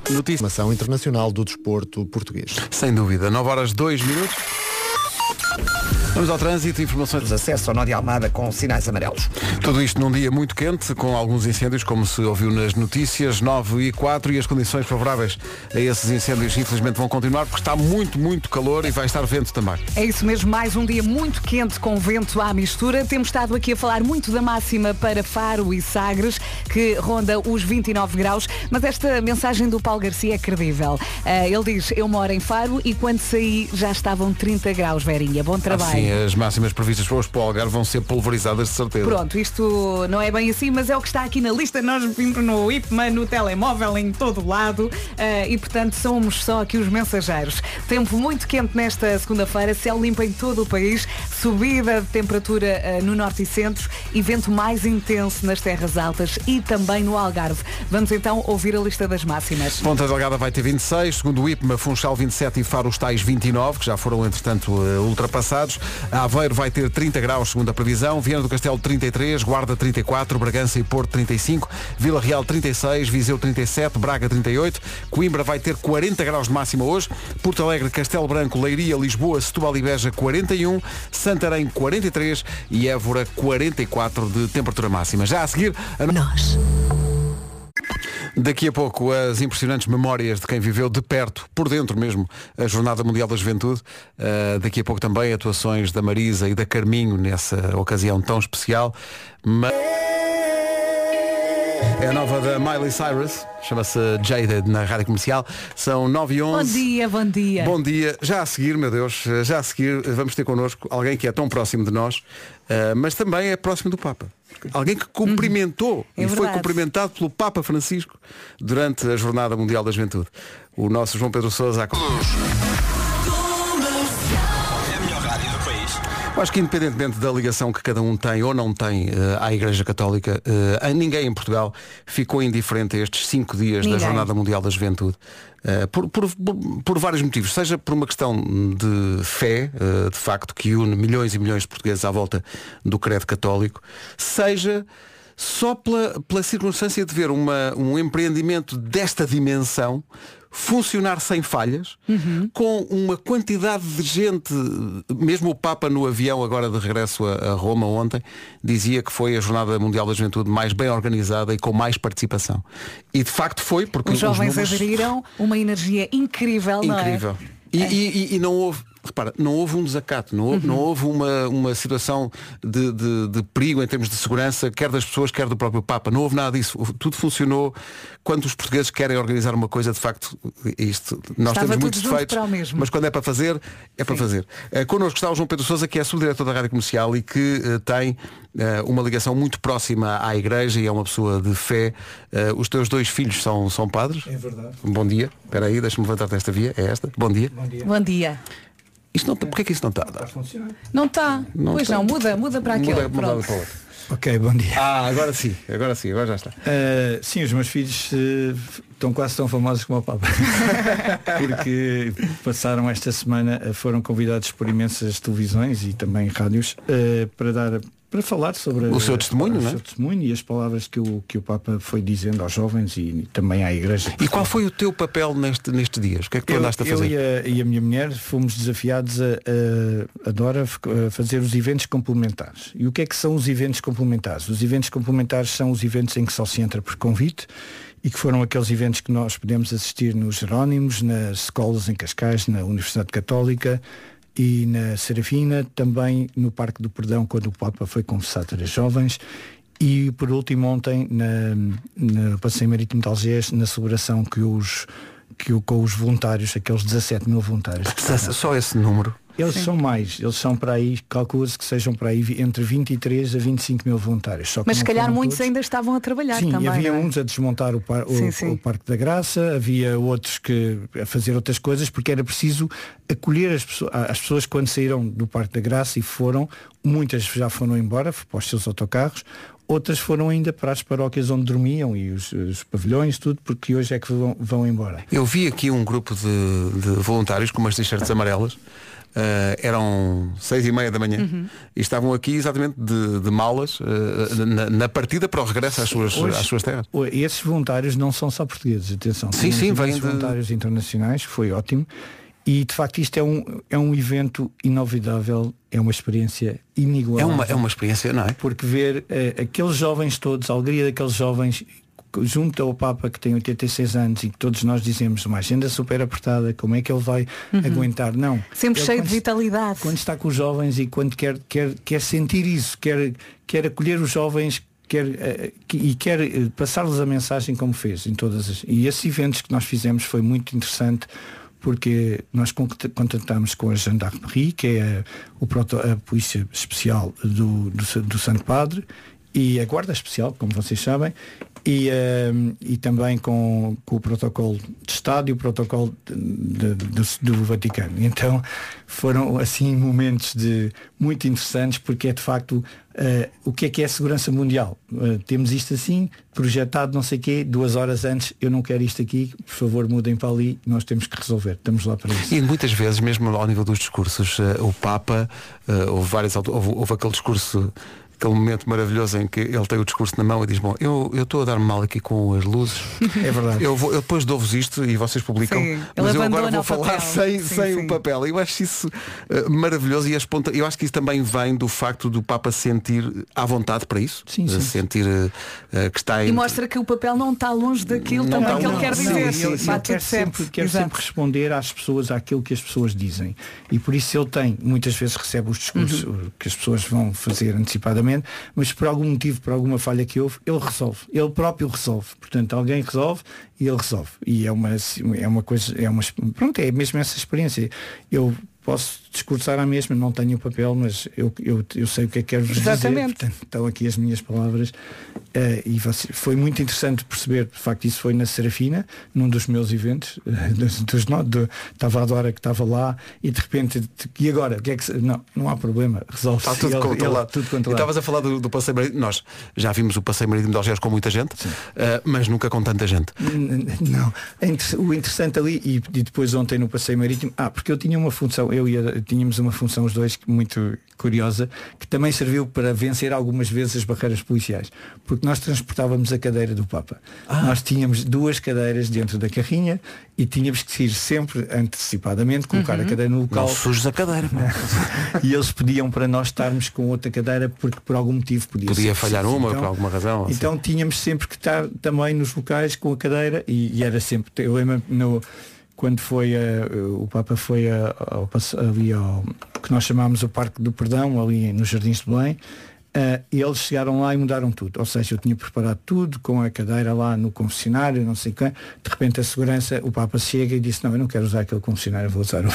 B: Notícia.
A: Informação internacional do desporto português.
B: Sem dúvida, 9 horas 2 minutos. Vamos ao trânsito, informações.
C: Acesso ao Nó de Almada com sinais amarelos.
B: Tudo isto num dia muito quente, com alguns incêndios, como se ouviu nas notícias, 9 e 4, e as condições favoráveis a esses incêndios infelizmente vão continuar, porque está muito, muito calor e vai estar vento também.
D: É isso mesmo, mais um dia muito quente com vento à mistura. Temos estado aqui a falar muito da máxima para Faro e Sagres, que ronda os 29 graus, mas esta mensagem do Paulo Garcia é credível. Ah, ele diz, eu moro em Faro e quando saí já estavam 30 graus, Verinha. Bom trabalho.
B: Ah, Sim, Assim, as máximas previstas para hoje para o Algarve vão ser pulverizadas de certeza.
D: Pronto, isto não é bem assim, mas é o que está aqui na lista. Nós vimos no IPMA, no telemóvel, em todo lado eh, e, portanto, somos só aqui os mensageiros. Tempo muito quente nesta segunda-feira, céu limpo em todo o país, subida de temperatura eh, no norte e centro e vento mais intenso nas terras altas e também no Algarve. Vamos então ouvir a lista das máximas.
B: Ponta Delgada vai ter 26, segundo o IPMA, Funchal 27 e Faro os tais 29, que já foram entretanto eh, ultrapassados. Aveiro vai ter 30 graus, segundo a previsão, Viana do Castelo 33, Guarda 34, Bragança e Porto 35, Vila Real 36, Viseu 37, Braga 38, Coimbra vai ter 40 graus de máxima hoje, Porto Alegre, Castelo Branco, Leiria, Lisboa, Setúbal e Beja 41, Santarém 43 e Évora 44 de temperatura máxima. Já a seguir, a...
D: nós.
B: Daqui a pouco, as impressionantes memórias de quem viveu de perto, por dentro mesmo, a Jornada Mundial da Juventude. Uh, daqui a pouco também atuações da Marisa e da Carminho nessa ocasião tão especial. Ma- É a nova da Miley Cyrus, chama-se Jaded na rádio comercial. São 9 e
D: Bom
B: 11
D: dia, bom dia.
B: Bom dia. Já a seguir, meu Deus, já a seguir eh, vamos ter connosco alguém que é tão próximo de nós, eh, mas também é próximo do Papa. Alguém que cumprimentou
D: É
B: e foi
D: verdade.
B: cumprimentado pelo Papa Francisco durante a Jornada Mundial da Juventude. O nosso João Pedro Sousa. Eu acho que independentemente da ligação que cada um tem ou não tem eh, à Igreja Católica, eh, a ninguém em Portugal ficou indiferente a estes cinco dias da
P: Ninguém.
B: Jornada Mundial da Juventude. Eh, por, por- por- por vários motivos. Seja por uma questão de fé, eh, de facto, que une milhões e milhões de portugueses à volta do credo católico, seja só pela, pela circunstância de ver uma- um empreendimento desta dimensão funcionar sem falhas, com uma quantidade de gente, mesmo o Papa no avião agora de regresso a, a Roma ontem, dizia que foi a Jornada Mundial da Juventude mais bem organizada e com mais participação. E de facto foi, porque
D: Os jovens
B: números-
D: aderiram, uma energia incrível, não é? Uhum.
B: Incrível. E, e- e- e não houve, repara, não houve um desacato, não houve, não houve uma, uma situação de, de- de perigo em termos de segurança, quer das pessoas, quer do próprio Papa. Não houve nada disso. Houve- Tudo funcionou. Quando os portugueses querem organizar uma coisa, de facto, isto, nós
D: Estava
B: temos
D: tudo
B: muitos
D: junto
B: defeitos,
D: para o mesmo.
B: mas quando é para fazer, é para fazer. Eh, connosco está o João Pedro Sousa, que é subdiretor da Rádio Comercial e que eh, tem eh, uma ligação muito próxima à Igreja e é uma pessoa de fé. Eh, os teus dois filhos são, são padres?
N: É verdade.
B: Bom dia. Espera aí, deixa-me levantar desta via. É esta. Bom dia.
D: Bom dia.
B: Isto não, tá- porquê que isto não está?
D: Não está.
B: Não
D: pois
B: tá.
D: não, muda, muda para aquele.
B: Muda, muda
D: Pronto.
B: para o outro.
P: Ok, bom dia.
B: Ah, agora sim, agora sim, agora já está.
P: Ah, sim, os meus filhos eh, estão quase tão famosos como o Papa. Porque passaram esta semana, eh, foram convidados por imensas televisões e também rádios eh, para dar para falar sobre
B: O seu
P: eh,
B: testemunho,
P: o
B: não é?
P: seu testemunho e as palavras que o, que o Papa foi dizendo aos jovens e também à Igreja.
B: E qual foi o teu papel neste, nestes dias? O que é que tu
P: Eu-
B: andaste a
P: eu,
B: fazer?
P: e, a, e a minha mulher fomos desafiados a, a- a Dora f- a fazer os eventos complementares. E o que é que são os eventos complementares? Os eventos complementares são os eventos em que só se entra por convite e que foram aqueles eventos que nós podemos assistir nos Jerónimos, nas escolas em Cascais, na Universidade Católica e na Serafina, também no Parque do Perdão, quando o Papa foi confessado às jovens. E por último ontem, na, na Passeio Marítimo de Algés, na celebração que os que o- com os voluntários, aqueles 17 mil voluntários. que estavam.
B: Só esse número.
P: Eles são mais, eles são para aí, calcula-se que sejam para aí vi- entre 23 a 25 mil voluntários. Só que
D: Mas se
P: não
D: calhar
P: foram
D: muitos
P: todos.
D: ainda estavam a trabalhar
P: Sim,
D: também.
P: havia
D: não é?
P: uns a desmontar o, par- o-
D: Sim, sim.
P: o Parque da Graça, havia outros que a fazer outras coisas, porque era preciso acolher as pessoas, as pessoas quando saíram do Parque da Graça e foram, muitas já foram embora para os seus autocarros, outras foram ainda para as paróquias onde dormiam e os, os pavilhões, tudo, porque hoje é que vão, vão embora.
B: Eu vi aqui um grupo de, de voluntários com umas t-shirts amarelas. Ah, eram seis e meia da manhã
D: Uhum.
B: e estavam aqui exatamente de, de malas ah, na, na partida para o regresso às suas,
P: Hoje-
B: às suas terras.
P: Oi, Esses voluntários não são só portugueses, atenção.
B: Sim, sim, vêm
P: vêm
B: de-
P: voluntários internacionais, foi ótimo. E de facto isto é um, é um evento inovidável, é uma experiência
B: É
P: inigualável.
B: uma, é uma experiência, não é?
P: Porque ver eh, aqueles jovens todos, a alegria daqueles jovens, junto ao Papa que tem 86 anos e que todos nós dizemos uma agenda super apertada, como é que ele vai
D: Uhum.
P: aguentar? Não.
D: Sempre
P: Ele,
D: cheio
P: quando
D: de vitalidade.
P: quando está com os jovens e quando quer, quer, quer sentir isso, quer, quer acolher os jovens quer, eh, que- e quer eh, passar-lhes a mensagem como fez em todas as. E esses eventos que nós fizemos foi muito interessante porque nós contactámos com a Gendarmerie, que é a, o proto, a Polícia Especial do, do, Sa- do Santo Padre, e a Guarda Especial, como vocês sabem, e, eh, e também com, com o protocolo de Estado e o protocolo de- de- do, do Vaticano. Então foram assim momentos de, muito interessantes porque é de facto eh, o que é que é a segurança mundial. Eh, temos isto assim, projetado não sei quê, duas horas antes, eu não quero isto aqui, por favor mudem para ali, nós temos que resolver, estamos lá para isso.
B: E muitas vezes, mesmo ao nível dos discursos, eh, o Papa, eh, houve, várias, altu- houve, houve aquele discurso, aquele momento maravilhoso em que ele tem o discurso na mão e diz, bom, eu eu estou a dar-me mal aqui com as luzes.
P: É verdade.
B: Eu, vou, eu depois dou-vos isto e vocês publicam.
D: Sim, ele
B: mas eu agora
D: abandona
B: vou
D: o papel.
B: falar sem,
D: Sim,
B: sem
D: sim.
B: o papel. Eu acho isso eh, maravilhoso e a esponta... eu acho que isso também vem do facto do Papa sentir à vontade para isso.
D: sim.
B: Sentir eh, eh, que está
D: é? E
B: em.
D: mostra que o papel não está longe daquilo
B: Não
P: tá
D: também
B: está
D: que ele
B: longe.
D: quer
B: Não,
D: dizer.
P: Ele- ele
D: Está
P: quer
D: tudo certo.
P: sempre, quer
D: Exato.
P: sempre responder às pessoas àquilo que as pessoas dizem. E por isso ele tem, muitas vezes recebe os discursos
D: Uhum.
P: uh, que as pessoas vão fazer antecipadamente, mas por algum motivo, por alguma falha que houve, ele resolve. Ele próprio resolve. Portanto, alguém resolve e ele resolve. E é uma, é uma coisa, é uma, pronto, é mesmo essa experiência. Eu posso discursar à mesma, não tenho o papel, mas eu, eu, eu sei o que é que quero vos dizer.
D: Exatamente.
P: Portanto, estão Então, aqui as minhas palavras. Eh, e você- foi muito interessante perceber, de facto, isso foi na Serafina, num dos meus eventos, eh, dos, dos, no- do- estava a Dora que estava lá e de repente, t- e agora? O que é que se- não, não há problema, resolve-se.
B: Está tudo
P: Ele- ele-
B: controlado.
P: tudo
B: E
P: controlado.
B: estavas a falar do, do passeio marítimo. Nós já vimos o passeio marítimo de Algés com muita gente, eh, mas nunca com tanta gente.
P: N- n- Não. É inter- O interessante ali, e e depois ontem no passeio marítimo, ah, porque eu tinha uma função, eu e a, tínhamos uma função os dois que muito curiosa, que também serviu para vencer algumas vezes as barreiras policiais. Porque porque nós transportávamos a cadeira do Papa. Nós tínhamos duas cadeiras dentro da carrinha e tínhamos que ir sempre antecipadamente, colocar a
B: Uhum.
P: cadeira no local.
B: Não sujes a cadeira, pá.
P: e eles pediam para nós estarmos com outra cadeira porque por algum motivo podia, ser
B: Podia falhar
P: preciso.
B: uma
P: Então,
B: por alguma razão. assim.
P: então tínhamos sempre que estar também nos locais com a cadeira e, e era sempre. Eu lembro no, quando foi eh, o Papa foi a- ao passe- ali ao que nós chamámos o Parque do Perdão, ali nos Jardins de Belém, eh, e eles chegaram lá e mudaram tudo. Ou seja, eu tinha preparado tudo com a cadeira lá no confessionário, não sei quem. De repente a segurança, o Papa chega e disse, não, eu não quero usar aquele confessionário, eu vou usar o.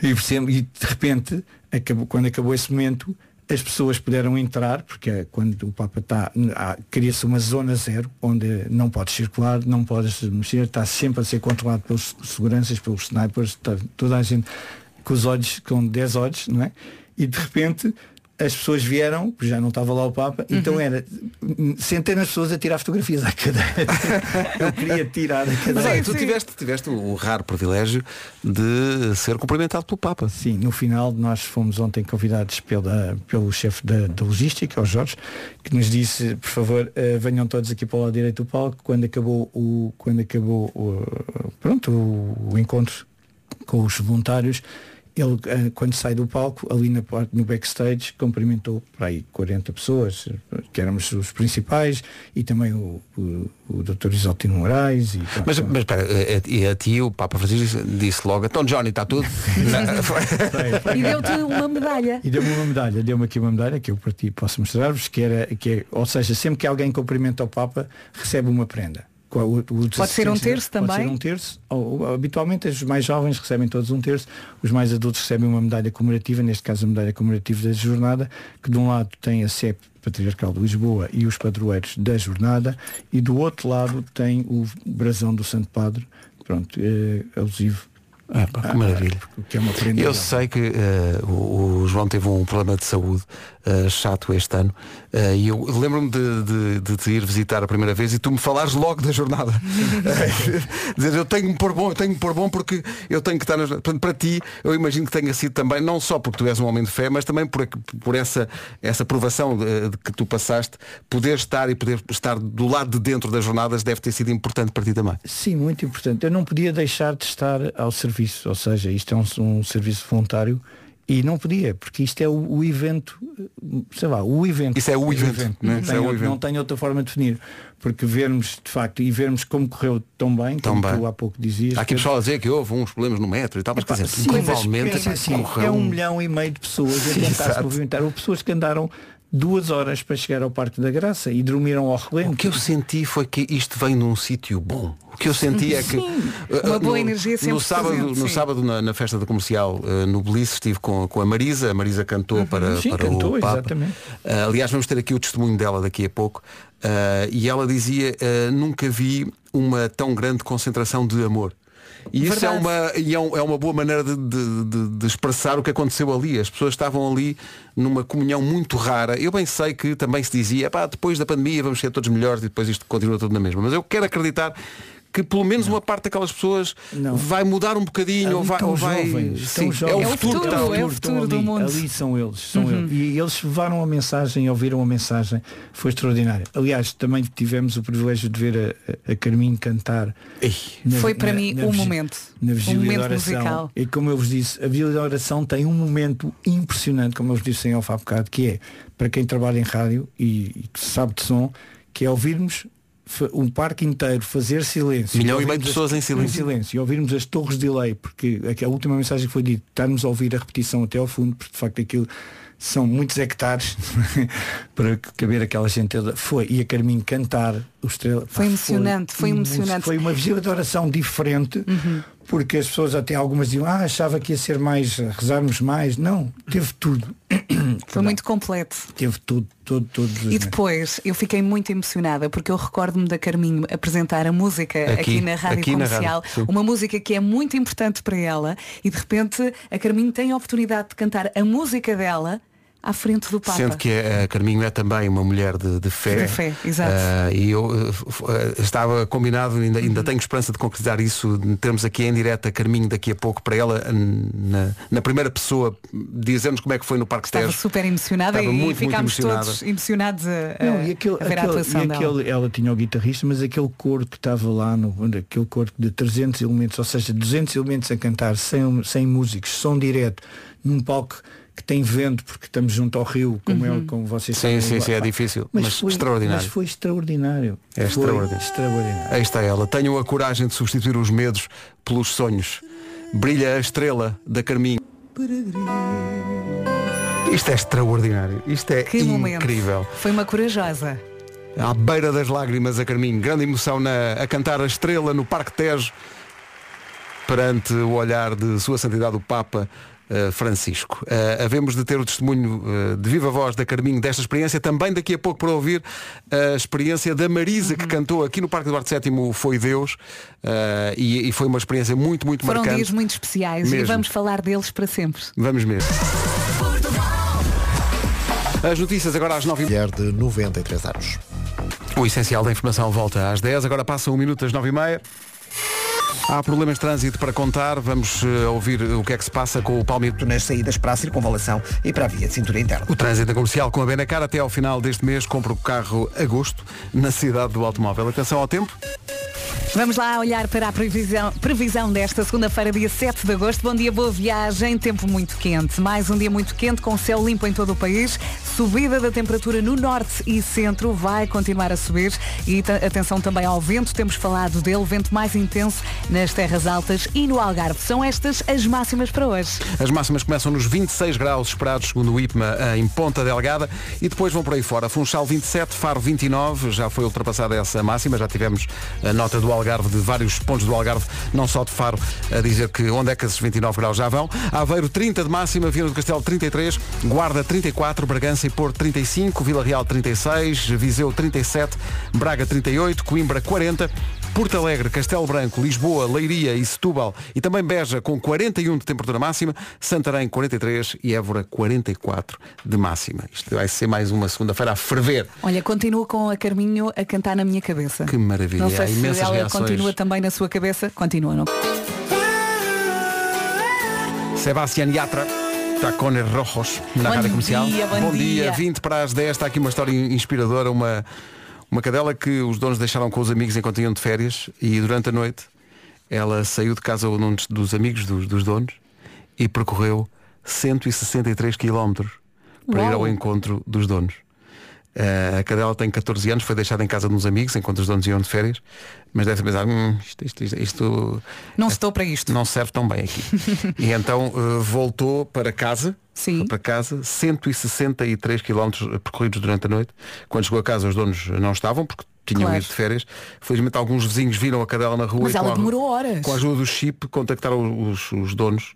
P: e, percebo- e de repente, acabou- quando acabou esse momento, as pessoas puderam entrar, porque eh, quando o Papa está, há- cria-se uma zona zero, onde não podes circular, não podes mexer, está sempre a ser controlado pelos seguranças, pelos snipers, está toda a gente com os olhos, com 10 olhos, não é? E de repente as pessoas vieram, porque já não estava lá o Papa, então era hum, centenas de pessoas a tirar fotografias à cadeira. Eu queria tirar a cadeira.
B: Mas olha, tu tiveste, tiveste
P: um
B: o raro privilégio de ser cumprimentado pelo Papa.
P: Sim, no final nós fomos ontem convidados pela, pelo chefe da, da logística, o Jorge, que nos disse, por favor, eh, venham todos aqui para o lado direito do palco, quando acabou o, quando acabou o, pronto, o, o encontro com os voluntários, ele eh, quando sai do palco, ali na parte, no backstage, cumprimentou para aí 40 pessoas, que éramos os principais, e também o, o, o Dr. Isaltino Moraes e pronto,
B: Mas, mas espera, eh, eh, e a ti o Papa Francisco disse logo, então Johnny está tudo? Não, foi-
D: E deu-te uma medalha.
P: E deu-me uma medalha, deu-me aqui uma medalha que eu parti posso mostrar-vos, que era, que é, ou seja, sempre que alguém cumprimenta o Papa, recebe uma prenda. Qual- o- o- os
D: Pode ser um
P: assistentes-
D: terço
P: pode
D: também?
P: ser um terço. Ou- ou- habitualmente os mais jovens recebem todos um terço, os mais adultos recebem uma medalha comemorativa, neste caso a medalha comemorativa da jornada, que de um lado tem a CEP Patriarcal de Lisboa e os padroeiros da jornada, e do outro lado tem o brasão do Santo Padre, pronto, eh, alusivo.
B: Ah, pá, que maravilha.
P: Que é uma prenda
B: Eu
P: enorme.
B: sei que eh, o, o João teve um problema de saúde eh, chato este ano eh, e eu lembro-me de, de- de te ir visitar a primeira vez e tu me falares logo da jornada. Dizer, eu tenho que me pôr bom, eu tenho que me pôr bom porque eu tenho que estar na jornada. Portanto, para ti, eu imagino que tenha sido também, não só porque tu és um homem de fé, mas também por, por essa, essa provação eh, de que tu passaste, poder estar e poder estar do lado de dentro das jornadas deve ter sido importante para ti também.
P: Sim, muito importante. Eu não podia deixar de estar ao serviço, ou seja, isto é um, um serviço voluntário e não podia, porque isto é o, o evento, sei lá, o evento.
B: Isso é o evento, né?
P: Não,
B: Isso
P: tenho,
B: é o
P: outro-
B: evento.
P: não tenho outra forma de definir, porque vermos de facto e vermos como correu tão bem,
B: Tão
P: como
B: bem.
P: tu há pouco dizias.
B: Há aqui
P: Pedro,
B: pessoal a dizer que houve uns problemas no metro e tal, mas quer dizer,
P: é- Sim, mas
B: provavelmente
P: pensa assim,
B: correu
P: é um
B: um-
P: milhão e meio de pessoas a
B: Sim,
P: tentar se
B: exato.
P: movimentar. Houve pessoas que andaram duas horas para chegar ao Parque da Graça e dormiram ao relento.
B: O que eu senti foi que isto vem num sítio bom. O que eu senti é que
D: Sim,
B: eh,
D: uma boa
B: no,
D: energia sempre
B: no sábado,
D: presente,
B: no
D: sim.
B: sábado na, na festa da comercial eh, no Belize estive com, com a Marisa. A Marisa cantou para,
P: Uhum. Sim,
B: para
P: cantou,
B: o Papa.
P: exatamente.
B: Eh, aliás, vamos ter aqui o testemunho dela daqui a pouco. Eh, e ela dizia eh, nunca vi uma tão grande concentração de amor. E isso é
Q: Verdade.
B: uma, e é, um- é uma boa maneira de, de- de- de expressar o que aconteceu ali. As pessoas estavam ali numa comunhão muito rara. Eu bem sei que também se dizia, pá, depois da pandemia vamos ser todos melhores e depois isto continua tudo na mesma. Mas eu quero acreditar que pelo menos uma parte daquelas pessoas vai mudar um bocadinho ou
P: Ali
B: vai.
P: tão
B: ou vai-
P: jovens, tão
B: Sim,
P: jovens.
B: é o futuro, que está-
P: estão ali, um Ali são eles, são
B: Uhum.
P: eles. E eles levaram a mensagem, ouviram a mensagem. Foi extraordinário. Aliás, também tivemos o privilégio de ver a, a Carminho cantar. na-
D: Foi para
P: na-
D: mim
P: na
D: um
P: virgi-
D: momento.
P: Na
D: Um
P: vigília
D: momento
P: da oração.
D: musical.
P: E como eu vos disse, a vigília da oração tem um momento impressionante, como eu vos disse em off há bocado, que é, para quem trabalha em rádio e, e que sabe de som, que é ouvirmos fa- um parque inteiro fazer silêncio
B: Milhão
P: ouvirmos
B: e meio de
P: as-
B: pessoas em silêncio.
P: silêncio e ouvirmos as torres de delay, porque aqui a última mensagem que foi dita, estarmos a ouvir a repetição até ao fundo, porque de facto aquilo são muitos hectares para caber aquela gente toda. Foi, e a Carminho cantar o Estrela.
D: Foi emocionante, foi emocionante.
P: Foi uma vigília de oração diferente, porque as pessoas até algumas diziam, ah, achava que ia ser mais, rezarmos mais. Não, teve tudo.
D: Foi muito completo.
P: Teve tudo, todo, todos os
D: E depois eu fiquei muito emocionada porque eu recordo-me da Carminho apresentar a música aqui,
R: Aqui,
D: na Rádio
R: aqui na rádio,
D: Comercial,
R: sim.
D: uma música que é muito importante para ela e de repente a Carminho tem a oportunidade de cantar a música dela à frente do Papa.
B: Sendo que a a Carminho é também uma mulher de, de fé.
D: De fé, exato.
B: Ah, e eu eh, f- eh, estava combinado, ainda, ainda
D: Uhum.
B: tenho esperança de concretizar isso, de termos aqui em direto a Carminho daqui a pouco para ela, n- na, na primeira pessoa, dizermos como é que foi no Parque
D: Estava
B: Tejo.
D: super emocionada
B: Estava
D: e
B: muito, muito
D: ficámos
B: emocionada.
D: todos emocionados a, a-
P: Não, e aquele,
D: a ver a
P: aquele-
D: atuação
P: e
D: dela.
P: aquele- ela tinha o guitarrista, mas aquele coro que estava lá, no, é, aquele coro de 300 elementos, ou seja, 200 elementos a cantar, sem, sem músicos, som direto, num palco que tem vento, porque estamos junto ao rio, como, é,
B: Uhum.
P: como vocês
B: Sim,
P: sabem.
B: sim, sim, é difícil, mas extraordinário.
P: Mas foi extraordinário.
B: É
P: Foi
B: extraordinário.
P: extraordinário.
B: Aí está ela. Tenham a coragem de substituir os medos pelos sonhos. Brilha a estrela da Carminho. Isto é extraordinário. Isto é
D: Que
B: incrível.
D: momento. Foi uma corajosa.
B: À beira das lágrimas a Carminho. Grande emoção na, a cantar a estrela no Parque Tejo perante o olhar de Sua Santidade o Papa eh, Francisco. Eh, havemos de ter o testemunho eh, de viva voz da Carminho desta experiência, também daqui a pouco para ouvir a experiência da Marisa que cantou aqui no Parque Eduardo VII o Foi Deus eh, e, e foi uma experiência muito, muito
D: Foram
B: marcante.
D: dias muito especiais e
B: Mesmo.
D: vamos falar deles para sempre.
B: Vamos mesmo. As notícias agora às 9
A: Mulher de 93 anos.
B: O essencial da informação volta às 10, agora passa um minuto às 9 e meia. Há problemas de trânsito para contar, vamos eh, ouvir o que é que se passa com o Palmito.
C: Nas saídas para a circunvalação e para a via de cintura interna.
B: O trânsito na comercial com a Benacar até ao final deste mês compra o carro agosto na cidade do automóvel. Atenção ao tempo.
D: Vamos lá olhar para a previsão, previsão desta segunda-feira, dia 7 de agosto. Bom dia, boa viagem, tempo muito quente. Mais um dia muito quente, com céu limpo em todo o país. Subida da temperatura no norte e centro vai continuar a subir. E ta- atenção também ao vento, temos falado dele, vento mais intenso nas terras altas e no Algarve. São estas as máximas para hoje.
B: As máximas começam nos 26 graus esperados, segundo o IPMA, em Ponta Delgada, e depois vão por aí fora. Funchal 27, Faro 29, já foi ultrapassada essa máxima, já tivemos a nota do Algarve, de vários pontos do Algarve, não só de Faro, a dizer que onde é que esses 29 graus já vão. Aveiro 30 de máxima, Viana do Castelo 33, Guarda 34, Bragança e Porto 35, Vila Real 36, Viseu 37, Braga 38, Coimbra 40, Porto Alegre, Castelo Branco, Lisboa, Leiria e Setúbal e também Beja com 41 de temperatura máxima, Santarém 43 e Évora 44 de máxima. Isto vai ser mais uma segunda-feira a ferver.
D: Olha, continuo com a Carminho a cantar na minha cabeça.
B: Que maravilha.
D: Não sei
B: Há imensas
D: se ela
B: reações.
D: continua também na sua cabeça. Continua, não?
B: Sebastián Yatra, Tacones Rojos, na
D: Bom
B: Rádio Comercial.
D: dia, bom
B: dia.
D: dia.
B: 20 para as 10, está aqui uma história inspiradora, uma, uma cadela que os donos deixaram com os amigos enquanto iam de férias e durante a noite ela saiu de casa de um dos- dos amigos dos, dos donos e percorreu 163 quilómetros para ir
Q: Uau.
B: ao encontro dos donos. Eh, a cadela tem 14 anos, foi deixada em casa de uns amigos enquanto os donos iam de férias, mas deve pensar, "Hum, isto, isto, isto, isto eh,
D: Não estou para isto.
B: Não serve tão bem aqui. e então eh, voltou para casa, Sim. para casa, 163 km percorridos durante a noite. Quando chegou a casa os donos não estavam, porque tinham
D: Claro.
B: ido de férias. Felizmente alguns vizinhos viram a cadela na rua
D: Mas
B: e
D: ela
B: com a-
D: demorou horas.
B: com a ajuda do chip contactaram os, os donos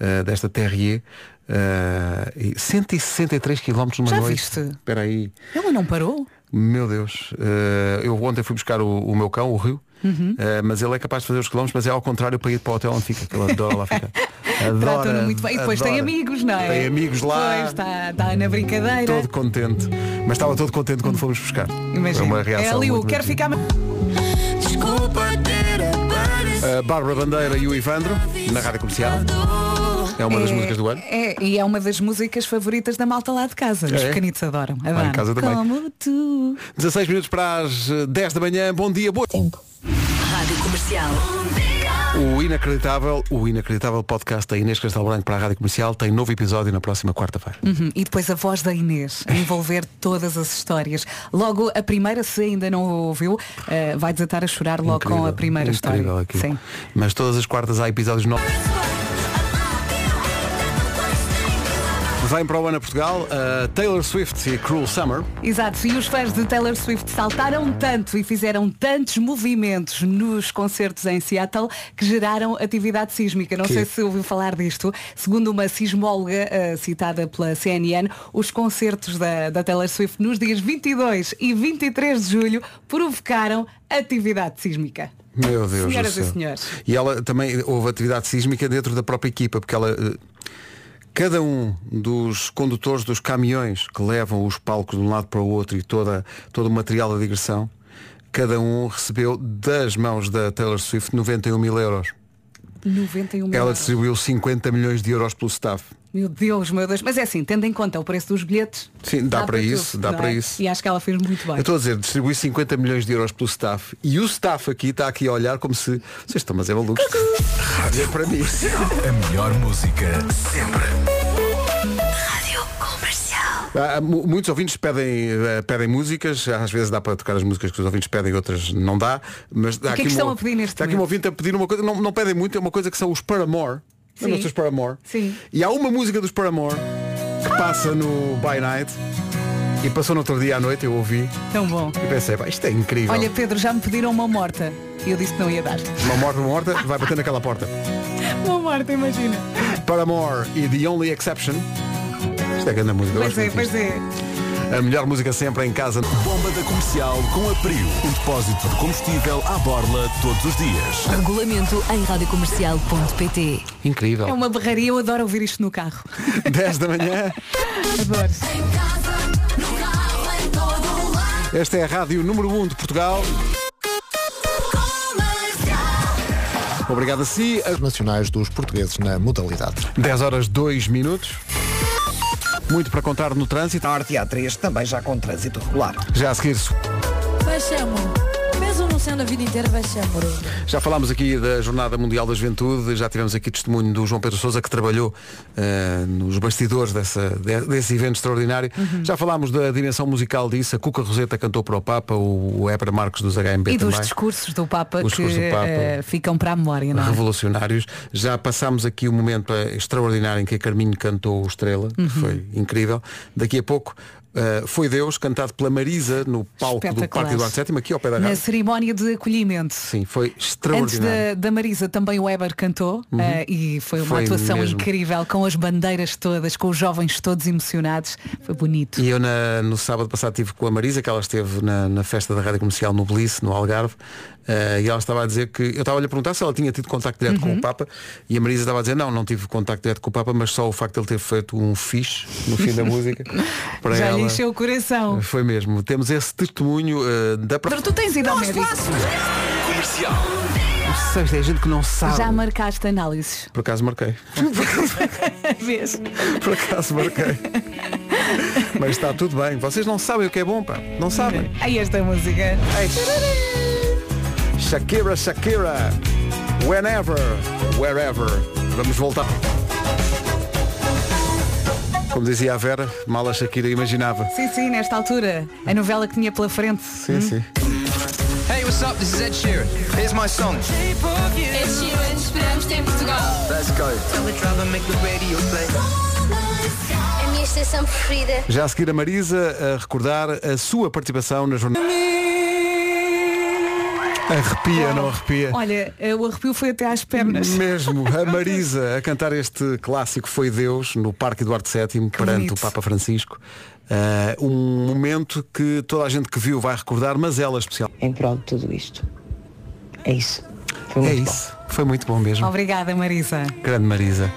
B: eh, desta TRE. eh, e 163 km numa
D: Já
B: noite.
D: viste?
B: Espera aí.
D: Ela não parou.
B: Meu Deus, eh, eu ontem fui buscar o, o meu cão, o Rio,
D: Uhum.
B: eh, mas ele é capaz de fazer os quilómetros, mas é ao contrário para ir para o hotel onde fica, que ele adora lá ficar.
D: Tratam-no
B: Adora,
D: Tá muito bem. E depois tem
B: adora.
D: amigos, não é?
B: Tem amigos lá.
D: Pois, é? está, está na brincadeira.
B: Todo contente. Mas estava todo contente quando fomos buscar. Foi
D: Imagina.
B: uma reação.
D: é ali o
B: muito
D: quero
B: bonita.
D: ficar. Desculpa ter
B: A Eh, Bárbara Bandeira e o Ivandro, na rádio comercial. É uma das músicas do ano.
D: É, e é uma das músicas favoritas da malta lá de casa. Os
B: É?
D: pequenitos adoram.
B: em
D: adoram.
B: casa também.
D: Como tu.
B: 16 minutos para as eh, 10 da manhã. Bom dia, boa.
M: Rádio Comercial.
B: O inacreditável, o inacreditável podcast da Inês Castelo Branco para a Rádio Comercial tem novo episódio na próxima quarta-feira.
D: Uhum, E depois a voz da Inês, a envolver todas as histórias. Logo, a primeira, se ainda não ouviu, eh, vai desatar a chorar logo com a primeira
B: Incrível
D: história.
B: aquilo.
D: Sim.
B: Mas todas as quartas há episódios novos. Vem para o ano a Portugal a Taylor Swift e Cruel Summer.
D: Exato, e os fãs de Taylor Swift saltaram tanto e fizeram tantos movimentos nos concertos em Seattle que geraram atividade sísmica. Não
R: Que-
D: sei se ouviu falar disto. Segundo uma sismóloga eh, citada pela CNN, os concertos da, da Taylor Swift nos dias 22 e 23 de julho provocaram atividade sísmica.
B: Meu Deus do
D: Senhoras e
B: céu.
D: senhores.
B: E ela também houve atividade sísmica dentro da própria equipa, porque ela eh, cada um dos condutores dos caminhões que levam os palcos de um lado para o outro e toda, todo o material da digressão, cada um recebeu das mãos da Taylor Swift 91 mil euros.
D: 91 mil
B: Ela
D: euros.
B: distribuiu 50 milhões de euros pelo staff.
D: um Meu Deus, meu Deus. Mas é assim, tendo em conta o preço dos bilhetes.
B: Sim, dá para isso,
D: tudo,
B: dá
D: não
B: para
D: é?
B: isso.
D: E acho que ela fez muito bem.
B: Eu estou a dizer, distribui 50 milhões de euros pelo staff e o staff aqui está aqui a olhar como se vocês estão mas é malucos. Rádio é para mim. A melhor música sempre.
M: Rádio
D: é
M: Comercial.
B: Ah, muitos ouvintes pedem, eh, pedem músicas, às vezes dá para tocar as músicas que os ouvintes pedem, outras não dá, mas
D: O
B: dá
D: que é
B: aqui,
D: que estão
B: um,
D: a pedir neste
B: dá aqui um
D: momento?
B: ouvinte a pedir uma coisa, não, não pedem muito, é uma coisa que são os Paramore.
D: Sim.
B: Lembram-se dos Paramore?
D: Sim.
B: E há uma música dos Paramore que passa no By Night e passou no outro dia à noite, eu ouvi
D: Tão bom.
B: e pensei, "Pá, isto é incrível.
D: Olha, Pedro, já me pediram uma morta. E eu disse que não ia dar.
B: Uma morta, uma morta, vai bater naquela porta.
D: Uma morta, imagina.
B: Paramore e The Only Exception. Isto é grande música. eu
D: Pois
B: gosto
D: é,
B: muito
D: pois
B: disto.
D: é.
B: A melhor música sempre em casa.
Q: Bomba da comercial com Abril. Um depósito de combustível à borla todos os dias.
M: Regulamento em radiocomercial.pt
B: Incrível.
D: É uma berraria, eu adoro ouvir isto no carro.
B: 10 da manhã.
D: Adoro.
B: Esta é a rádio número 1 de Portugal. Obrigado a si.
A: As nacionais dos portugueses na modalidade.
B: 10 horas 2 minutos. Muito para contar no trânsito.
C: A Norte e A3 também já com trânsito regular.
B: Já a seguir,
R: Mesmo não sendo a vida inteira, vai ser amor.
B: já falámos aqui da Jornada Mundial da Juventude, já tivemos aqui testemunho do João Pedro Sousa que trabalhou eh, nos bastidores dessa, de- desse evento extraordinário.
D: Uhum.
B: Já falámos da dimensão musical disso, a Cuca Roseta cantou para o Papa, o, o Ebra Marcos dos HMB
D: E
B: também.
D: dos discursos do Papa
B: Os
D: que
B: discursos do Papa.
D: eh, ficam para a memória, não é?
B: revolucionários. Já passámos aqui um momento eh, extraordinário em que a Carminho cantou o Estrela,
D: Uhum.
B: que foi incrível. Daqui a pouco eh, foi Deus, cantado pela Marisa no palco do
D: Espetacular.
B: Parque Eduardo VII, aqui ao pé da
D: Na
B: rádio.
D: cerimónia de acolhimento.
B: Sim, foi
D: Antes
B: extraordinário.
D: da, da Marisa também o Weber cantou
B: Uhum.
D: eh, e foi uma
B: Foi
D: atuação
B: mesmo.
D: incrível com as bandeiras todas, com os jovens todos emocionados. Foi bonito.
B: E eu na- no sábado passado estive com a Marisa, que ela esteve na, na festa da Rádio Comercial no Belice, no Algarve, eh, e ela estava a dizer que. Eu estava a lhe perguntar se ela tinha tido contacto direto
D: Uhum.
B: com o Papa e a Marisa estava a dizer, não, não tive contacto direto com o Papa, mas só o facto de ele ter feito um fixe no fim da música para
D: Já
B: ela.
D: lhe encheu o coração.
B: Foi mesmo. Temos esse testemunho eh, da
D: Pedro, tu tens ido ao médico.
B: Comercial. Sabes, tem é gente que não sabe.
D: Já marcaste análises.
B: Por acaso marquei.
D: Vês?
B: Por acaso marquei. Mas está tudo bem. Vocês não sabem o que é bom, pá. Não sabem.
D: Aí esta música.
B: Shakira, Shakira. Whenever, wherever. Vamos voltar. Como dizia a Vera, mal a Shakira imaginava. Hum?
D: Sim, sim, nesta altura. A novela que tinha pela frente.
B: Sim, sim.
S: Hey, what's up? This is Ed Sheeran. Here's my song.
G: Ed Sheeran, esperamos-te em Portugal.
S: Let's go. Tell the driver, make the radio play.
E: A minha estação preferida.
B: Já a seguir a Marisa a recordar a sua participação na jornada. Arrepia, não arrepia?
D: Olha, eh, o arrepio foi até às pernas.
B: Mesmo, a Marisa a cantar este clássico Foi Deus no Parque Eduardo VII perante o Papa Francisco. Ah, um momento que toda a gente que viu vai recordar, mas ela é especial.
T: Em prol de tudo isto. É isso.
B: é isso. Foi muito bom mesmo.
D: Obrigada, Marisa.
B: Grande Marisa.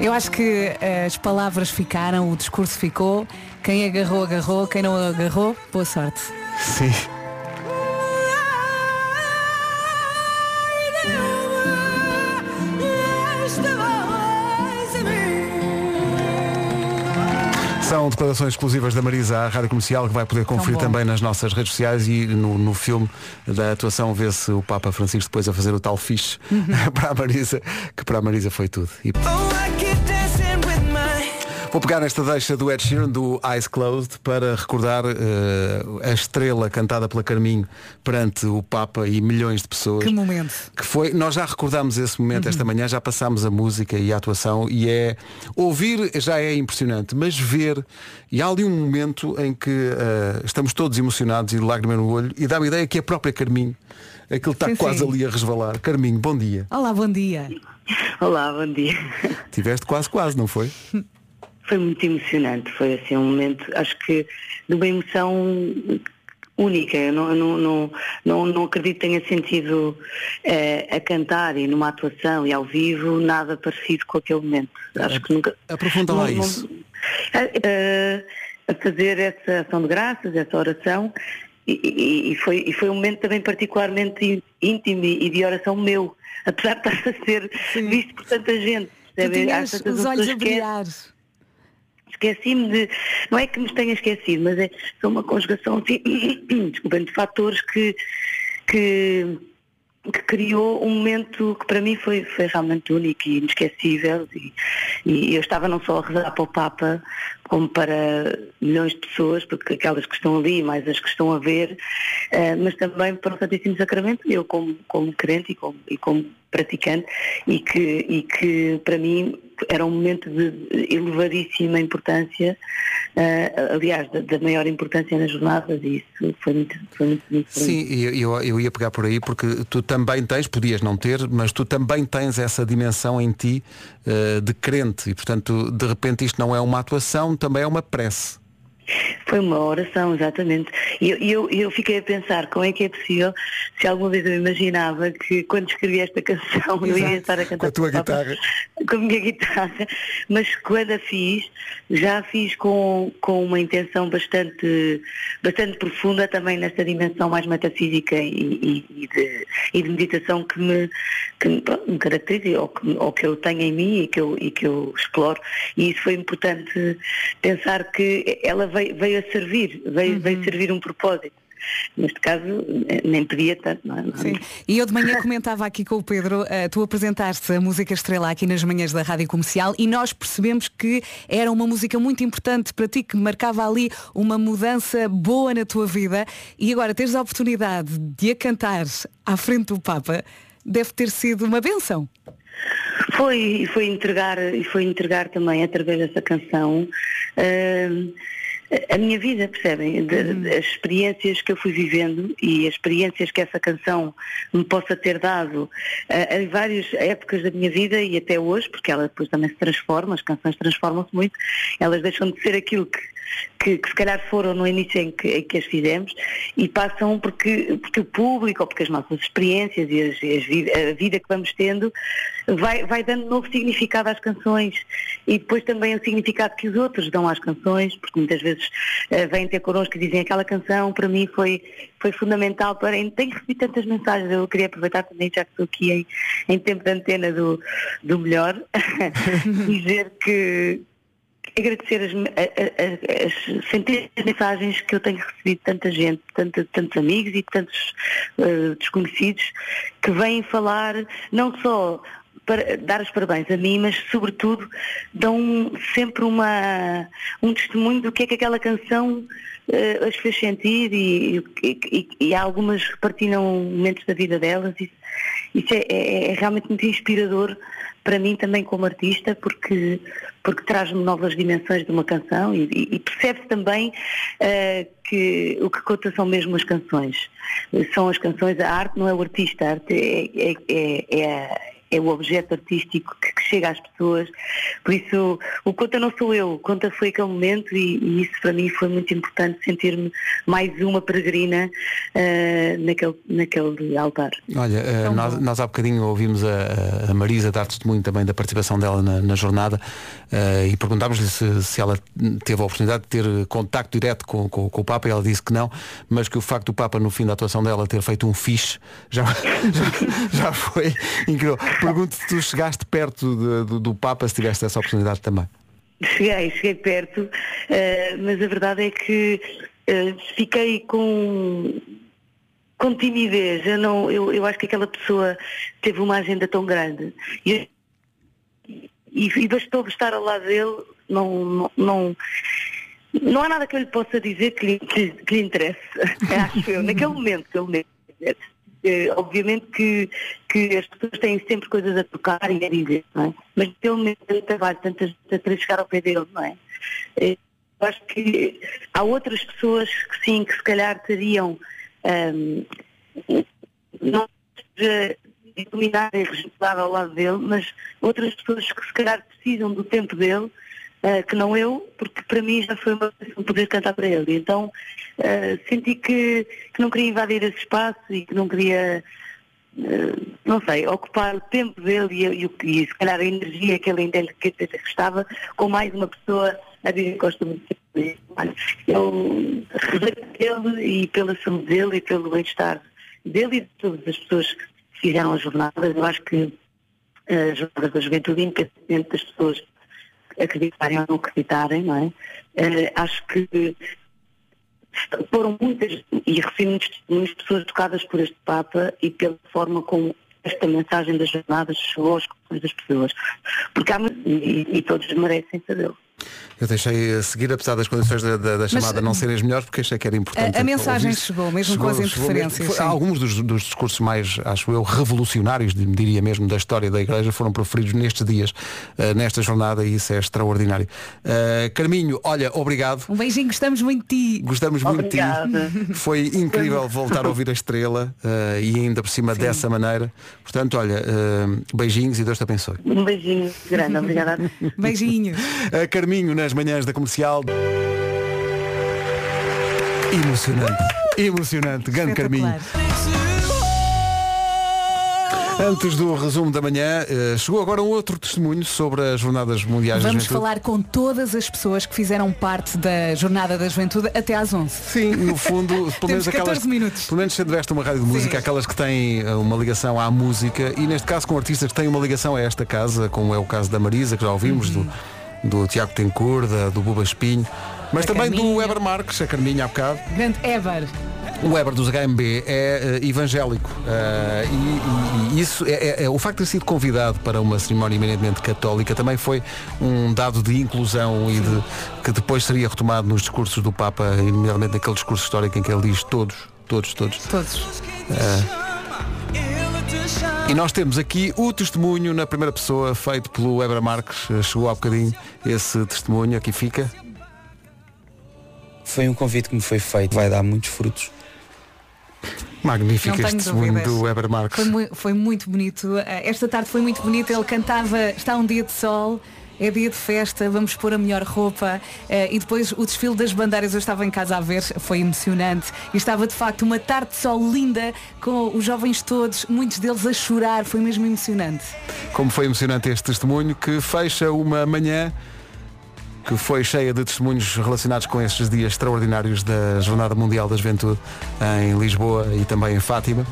D: Eu acho que eh, as palavras ficaram, o discurso ficou. Quem agarrou, agarrou. Quem não agarrou, boa sorte.
B: Sim. São declarações exclusivas da Marisa à Rádio Comercial que vai poder conferir
D: bom.
B: também nas nossas redes sociais e no, no filme da atuação vê-se o Papa Francisco depois a fazer o tal fixe para a Marisa, que para a Marisa foi tudo. E- Vou pegar nesta deixa do Ed Sheeran, do Eyes Closed, para recordar eh, a estrela cantada pela Carminho perante o Papa e milhões de pessoas.
D: Que momento. Uhum.
B: Que foi, nós já recordámos esse momento esta manhã, já passámos a música e a atuação e é ouvir já é impressionante, mas ver e há ali um momento em que eh, estamos todos emocionados e de lágrima no olho e dá-me a ideia que é a própria Carminho, aquilo está
D: Sim,
B: quase
D: sim.
B: ali a resvalar. Carminho, bom dia.
D: Olá, bom dia.
T: Olá, bom dia.
B: Tiveste quase quase, não foi?
T: Foi muito emocionante, foi assim um momento, acho que de uma emoção única. Eu não, eu não, não, não, não acredito que tenha sentido eh, a cantar e numa atuação e ao vivo nada parecido com aquele momento. Acho que nunca.
B: É, Aprofunda lá isso.
T: Eh, eh, a fazer essa ação de graças, essa oração, e, e- e foi, e foi um momento também particularmente íntimo e de oração meu, apesar de estar a ser visto por tanta gente.
D: Tu
T: percebe?
D: tinhas
T: Às tantas
D: os
T: uma
D: olhos a
T: pessoa esquece-
D: brilhar.
T: Esqueci-me de. Não é que me tenha esquecido, mas é são uma conjugação assim, desculpem, de fatores que, que, que criou um momento que para mim foi, foi realmente único e inesquecível. E, e eu estava não só a rezar para o Papa, como para milhões de pessoas, porque aquelas que estão ali, mais as que estão a ver, eh, mas também para o Santíssimo Sacramento, eu como, como crente e como, e como praticante, e que, e que para mim era um momento de elevadíssima importância, eh, aliás, da, da maior importância nas jornadas, e isso foi muito, foi muito bonito. para mim.
B: Sim, e eu, eu, eu ia pegar por aí porque tu também tens, podias não ter, mas tu também tens essa dimensão em ti eh, de crente e portanto de repente isto não é uma atuação, também é uma prece.
T: Foi uma oração, exatamente. E eu, e eu, e eu fiquei a pensar como é que é possível, se alguma vez eu imaginava que quando escrevi esta canção eu
A: Exato.
T: iria estar a cantar
A: Com a tua
T: para o Papa,
A: guitarra.
T: com a minha guitarra, mas quando a fiz, já a fiz com, com uma intenção bastante, bastante profunda também nessa dimensão mais metafísica e, e- e de, e de meditação que me, que me, pronto, me caracteriza ou que, me- ou que eu tenho em mim e que eu, e que eu exploro. E isso foi importante pensar que ela veio, veio a servir, veio, veio servir um propósito. Neste caso, eh, nem pedia tanto, não é?
D: Sim. E eu de manhã comentava aqui com o Pedro, eh, tu apresentaste a música estrela aqui nas manhãs da Rádio Comercial e nós percebemos que era uma música muito importante para ti, que marcava ali uma mudança boa na tua vida e agora teres a oportunidade de a cantar à frente do Papa deve ter sido uma benção.
T: Foi, e foi entregar, e foi entregar também através dessa canção hum, a a minha vida, percebem? De- de- As experiências que eu fui vivendo e as experiências que essa canção me possa ter dado ah, em várias épocas da minha vida e até hoje, porque ela depois também se transforma, as canções transformam-se muito, elas deixam de ser aquilo que, que, que se calhar foram no início em que, em que as fizemos e passam porque, porque o público ou porque as nossas experiências e as- as vi- a vida que vamos tendo vai, vai dando novo significado às canções e depois também o significado que os outros dão às canções, porque muitas vezes eh, vêm ter connosco e dizem aquela canção para mim foi, foi fundamental para. e Tenho recebido tantas mensagens, eu queria aproveitar também, já que estou aqui em, em tempo de antena do, do melhor, dizer que, agradecer as, a- a- a- as centenas de mensagens que eu tenho recebido de tanta gente, tanto, tantos amigos e tantos eh, desconhecidos que vêm falar não só para dar os parabéns a mim, mas sobretudo dão um, sempre uma, um testemunho do que é que aquela canção eh, as fez sentir e, e, e- e há algumas que partilham momentos da vida delas. Isso, isso é, é- é realmente muito inspirador para mim também como artista, porque, porque traz-me novas dimensões de uma canção e, e- e percebe-se também eh, que o que conta são mesmo as canções. São as canções, a arte não é o artista, a arte é, é, é- é a- é o objeto artístico que, que chega às pessoas. Por isso, o conta não sou eu, o conta foi aquele momento e, e isso para mim foi muito importante, sentir-me mais uma peregrina eh, naquele, naquele altar.
B: Olha, eh, nós, nós há bocadinho ouvimos a, a Marisa dar testemunho também da participação dela na, na jornada eh, e perguntámos-lhe se, se ela teve a oportunidade de ter contacto direto com, com- com o Papa e ela disse que não, mas que o facto do Papa no fim da atuação dela ter feito um fixe já, já, já foi incrível. Pergunto se tu chegaste perto de- do, do Papa se tiveste essa oportunidade também.
T: Cheguei, cheguei perto, eh, mas a verdade é que eh, fiquei com, com timidez. Eu, não, eu, eu acho que aquela pessoa teve uma agenda tão grande e, e, e bastou estar ao lado dele, não, não, não, não há nada que eu lhe possa dizer que lhe, que, lhe- que lhe interesse, acho eu, naquele momento, pelo menos. Eh, obviamente que, que as pessoas têm sempre coisas a tocar e a dizer, não é? Mas pelo menos eu trabalho tantas vezes a querer chegar ao pé dele, não é? Eh, Eu acho que há outras pessoas que sim, que se calhar teriam ahm, não seja iluminada e rejeitada é ao lado dele, mas outras pessoas que se calhar precisam do tempo dele, eh, que não eu, porque para mim já foi uma bênção poder cantar para ele. Então eh, senti que, que não queria invadir esse espaço e que não queria, eh, não sei, ocupar o tempo dele e, e, o que- e se calhar a energia que ele ainda lhe que- que restava com mais uma pessoa a dizer que gosta muito dele. Olha, Eu rejeito ele e pela saúde dele e pelo bem-estar dele e de todas as pessoas que fizeram as jornadas. Eu acho que eh, as jornadas da juventude, independente das pessoas acreditarem ou não acreditarem, não é? Eh, acho que foram muitas, e recebi muitos testemunhos de pessoas tocadas por este Papa e pela forma como esta mensagem das jornadas chegou aos corações das pessoas. Porque há, mu- e, e todos merecem saber.
B: Eu deixei a seguir, apesar das condições da, da- da chamada não serem as melhores, porque achei que era importante.
D: eh, A- a mensagem
B: ouvir-se.
D: chegou, mesmo com as
B: chegou mesmo.
D: interferências,
B: Foi-
D: sim.
B: Alguns dos, dos discursos mais, acho eu, revolucionários, de- diria mesmo, da história da Igreja, foram proferidos nestes dias, eh, nesta jornada, e isso é extraordinário. Eh, Carminho, olha, obrigado.
D: Um beijinho, gostamos muito de ti.
B: Gostamos muito de ti. Foi incrível voltar a ouvir a estrela eh, e ainda por cima dessa maneira. Portanto, olha, eh, beijinhos e Deus te abençoe.
T: Um beijinho grande, obrigada.
D: Beijinho.
B: A Carminho nas manhãs da comercial. Emocionante. Emocionante. Grande Carminho. Antes do resumo da manhã, eh, chegou agora um outro testemunho sobre as Jornadas Mundiais da
D: Vamos
B: Juventude.
D: falar com todas as pessoas que fizeram parte da Jornada da Juventude até às 11.
B: Sim, no fundo, pelo menos
D: Temos 14
B: aquelas,
D: minutos.
B: Pelo menos sendo esta uma rádio de música, aquelas que têm eh, uma ligação à música e neste caso com artistas que têm uma ligação a esta casa, como é o caso da Marisa, que já ouvimos,
D: Uhum.
B: do, do Tiago Tencour, da- do Buba Espinho, mas
D: Da
B: também
D: Carminho.
B: do Weber Marques, a Carminha há bocado.
D: Grande Ever.
B: O Weber dos HMB é eh, evangélico eh, e, e- e isso é, é- é- o facto de ter sido convidado para uma cerimónia eminentemente católica também foi um dado de inclusão e de, que depois seria retomado nos discursos do Papa, e nomeadamente naquele discurso histórico em que ele diz todos, todos, todos. Eh,
D: Todos.
B: E nós temos aqui o testemunho na primeira pessoa feito pelo Weber Marques. Eh, Chegou há bocadinho esse testemunho, aqui fica.
U: Foi um convite que me foi feito, vai dar muitos frutos.
B: Magnífico
D: Não tenho
B: este testemunho
D: dúvidas.
B: do Weber Marques.
D: Foi, mu- foi muito bonito. Eh, Esta tarde foi muito bonita. Ele cantava Está um dia de sol. É dia de festa, vamos pôr a melhor roupa Eh, e depois o desfile das bandeiras eu estava em casa a ver, foi emocionante e estava de facto uma tarde de sol linda com os jovens todos, muitos deles a chorar, foi mesmo emocionante.
B: Como foi emocionante este testemunho que fecha uma manhã que foi cheia de testemunhos relacionados com estes dias extraordinários da Jornada Mundial da Juventude em Lisboa e também em Fátima.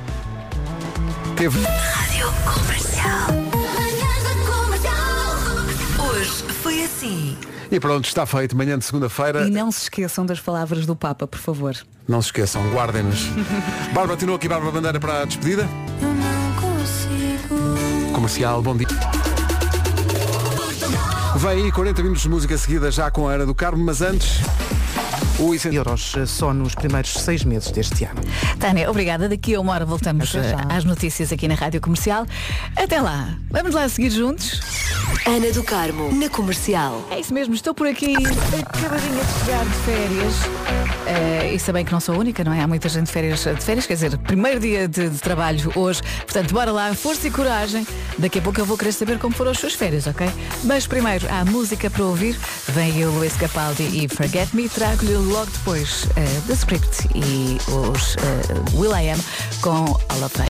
B: Teve
M: Rádio Comercial. Manhãs da Comercial. Hoje foi assim.
B: e pronto, está feito. Manhã de segunda-feira.
D: E não se esqueçam das palavras do Papa, por favor.
B: Não se esqueçam, guardem-nos. Bárbara Tinoco e Bárbara Bandeira para a despedida.
E: Eu não consigo.
B: Comercial, bom dia. Vem aí 40 minutos de música seguida já com a Ana do Carmo, mas antes. O euros eh, só nos primeiros seis meses deste ano.
V: Tânia, obrigada. Daqui a uma hora voltamos
B: Até já.
V: eh, às notícias aqui na Rádio Comercial. Até lá. Vamos lá seguir juntos? Ana do Carmo, na Comercial. É isso mesmo, estou por aqui. Acabadinha de chegar de férias. Eh, e sabem que não sou a única, não é? Há muita gente de férias, de férias quer dizer, primeiro dia de, de trabalho hoje. Portanto, bora lá, força e coragem. Daqui a pouco eu vou querer saber como foram as suas férias, ok? Mas primeiro, há música para ouvir. Vem eu, Luís Capaldi e Forget Me. Trago-lhe logo depois eh, The Script e os eh, Will I Am com All of Us.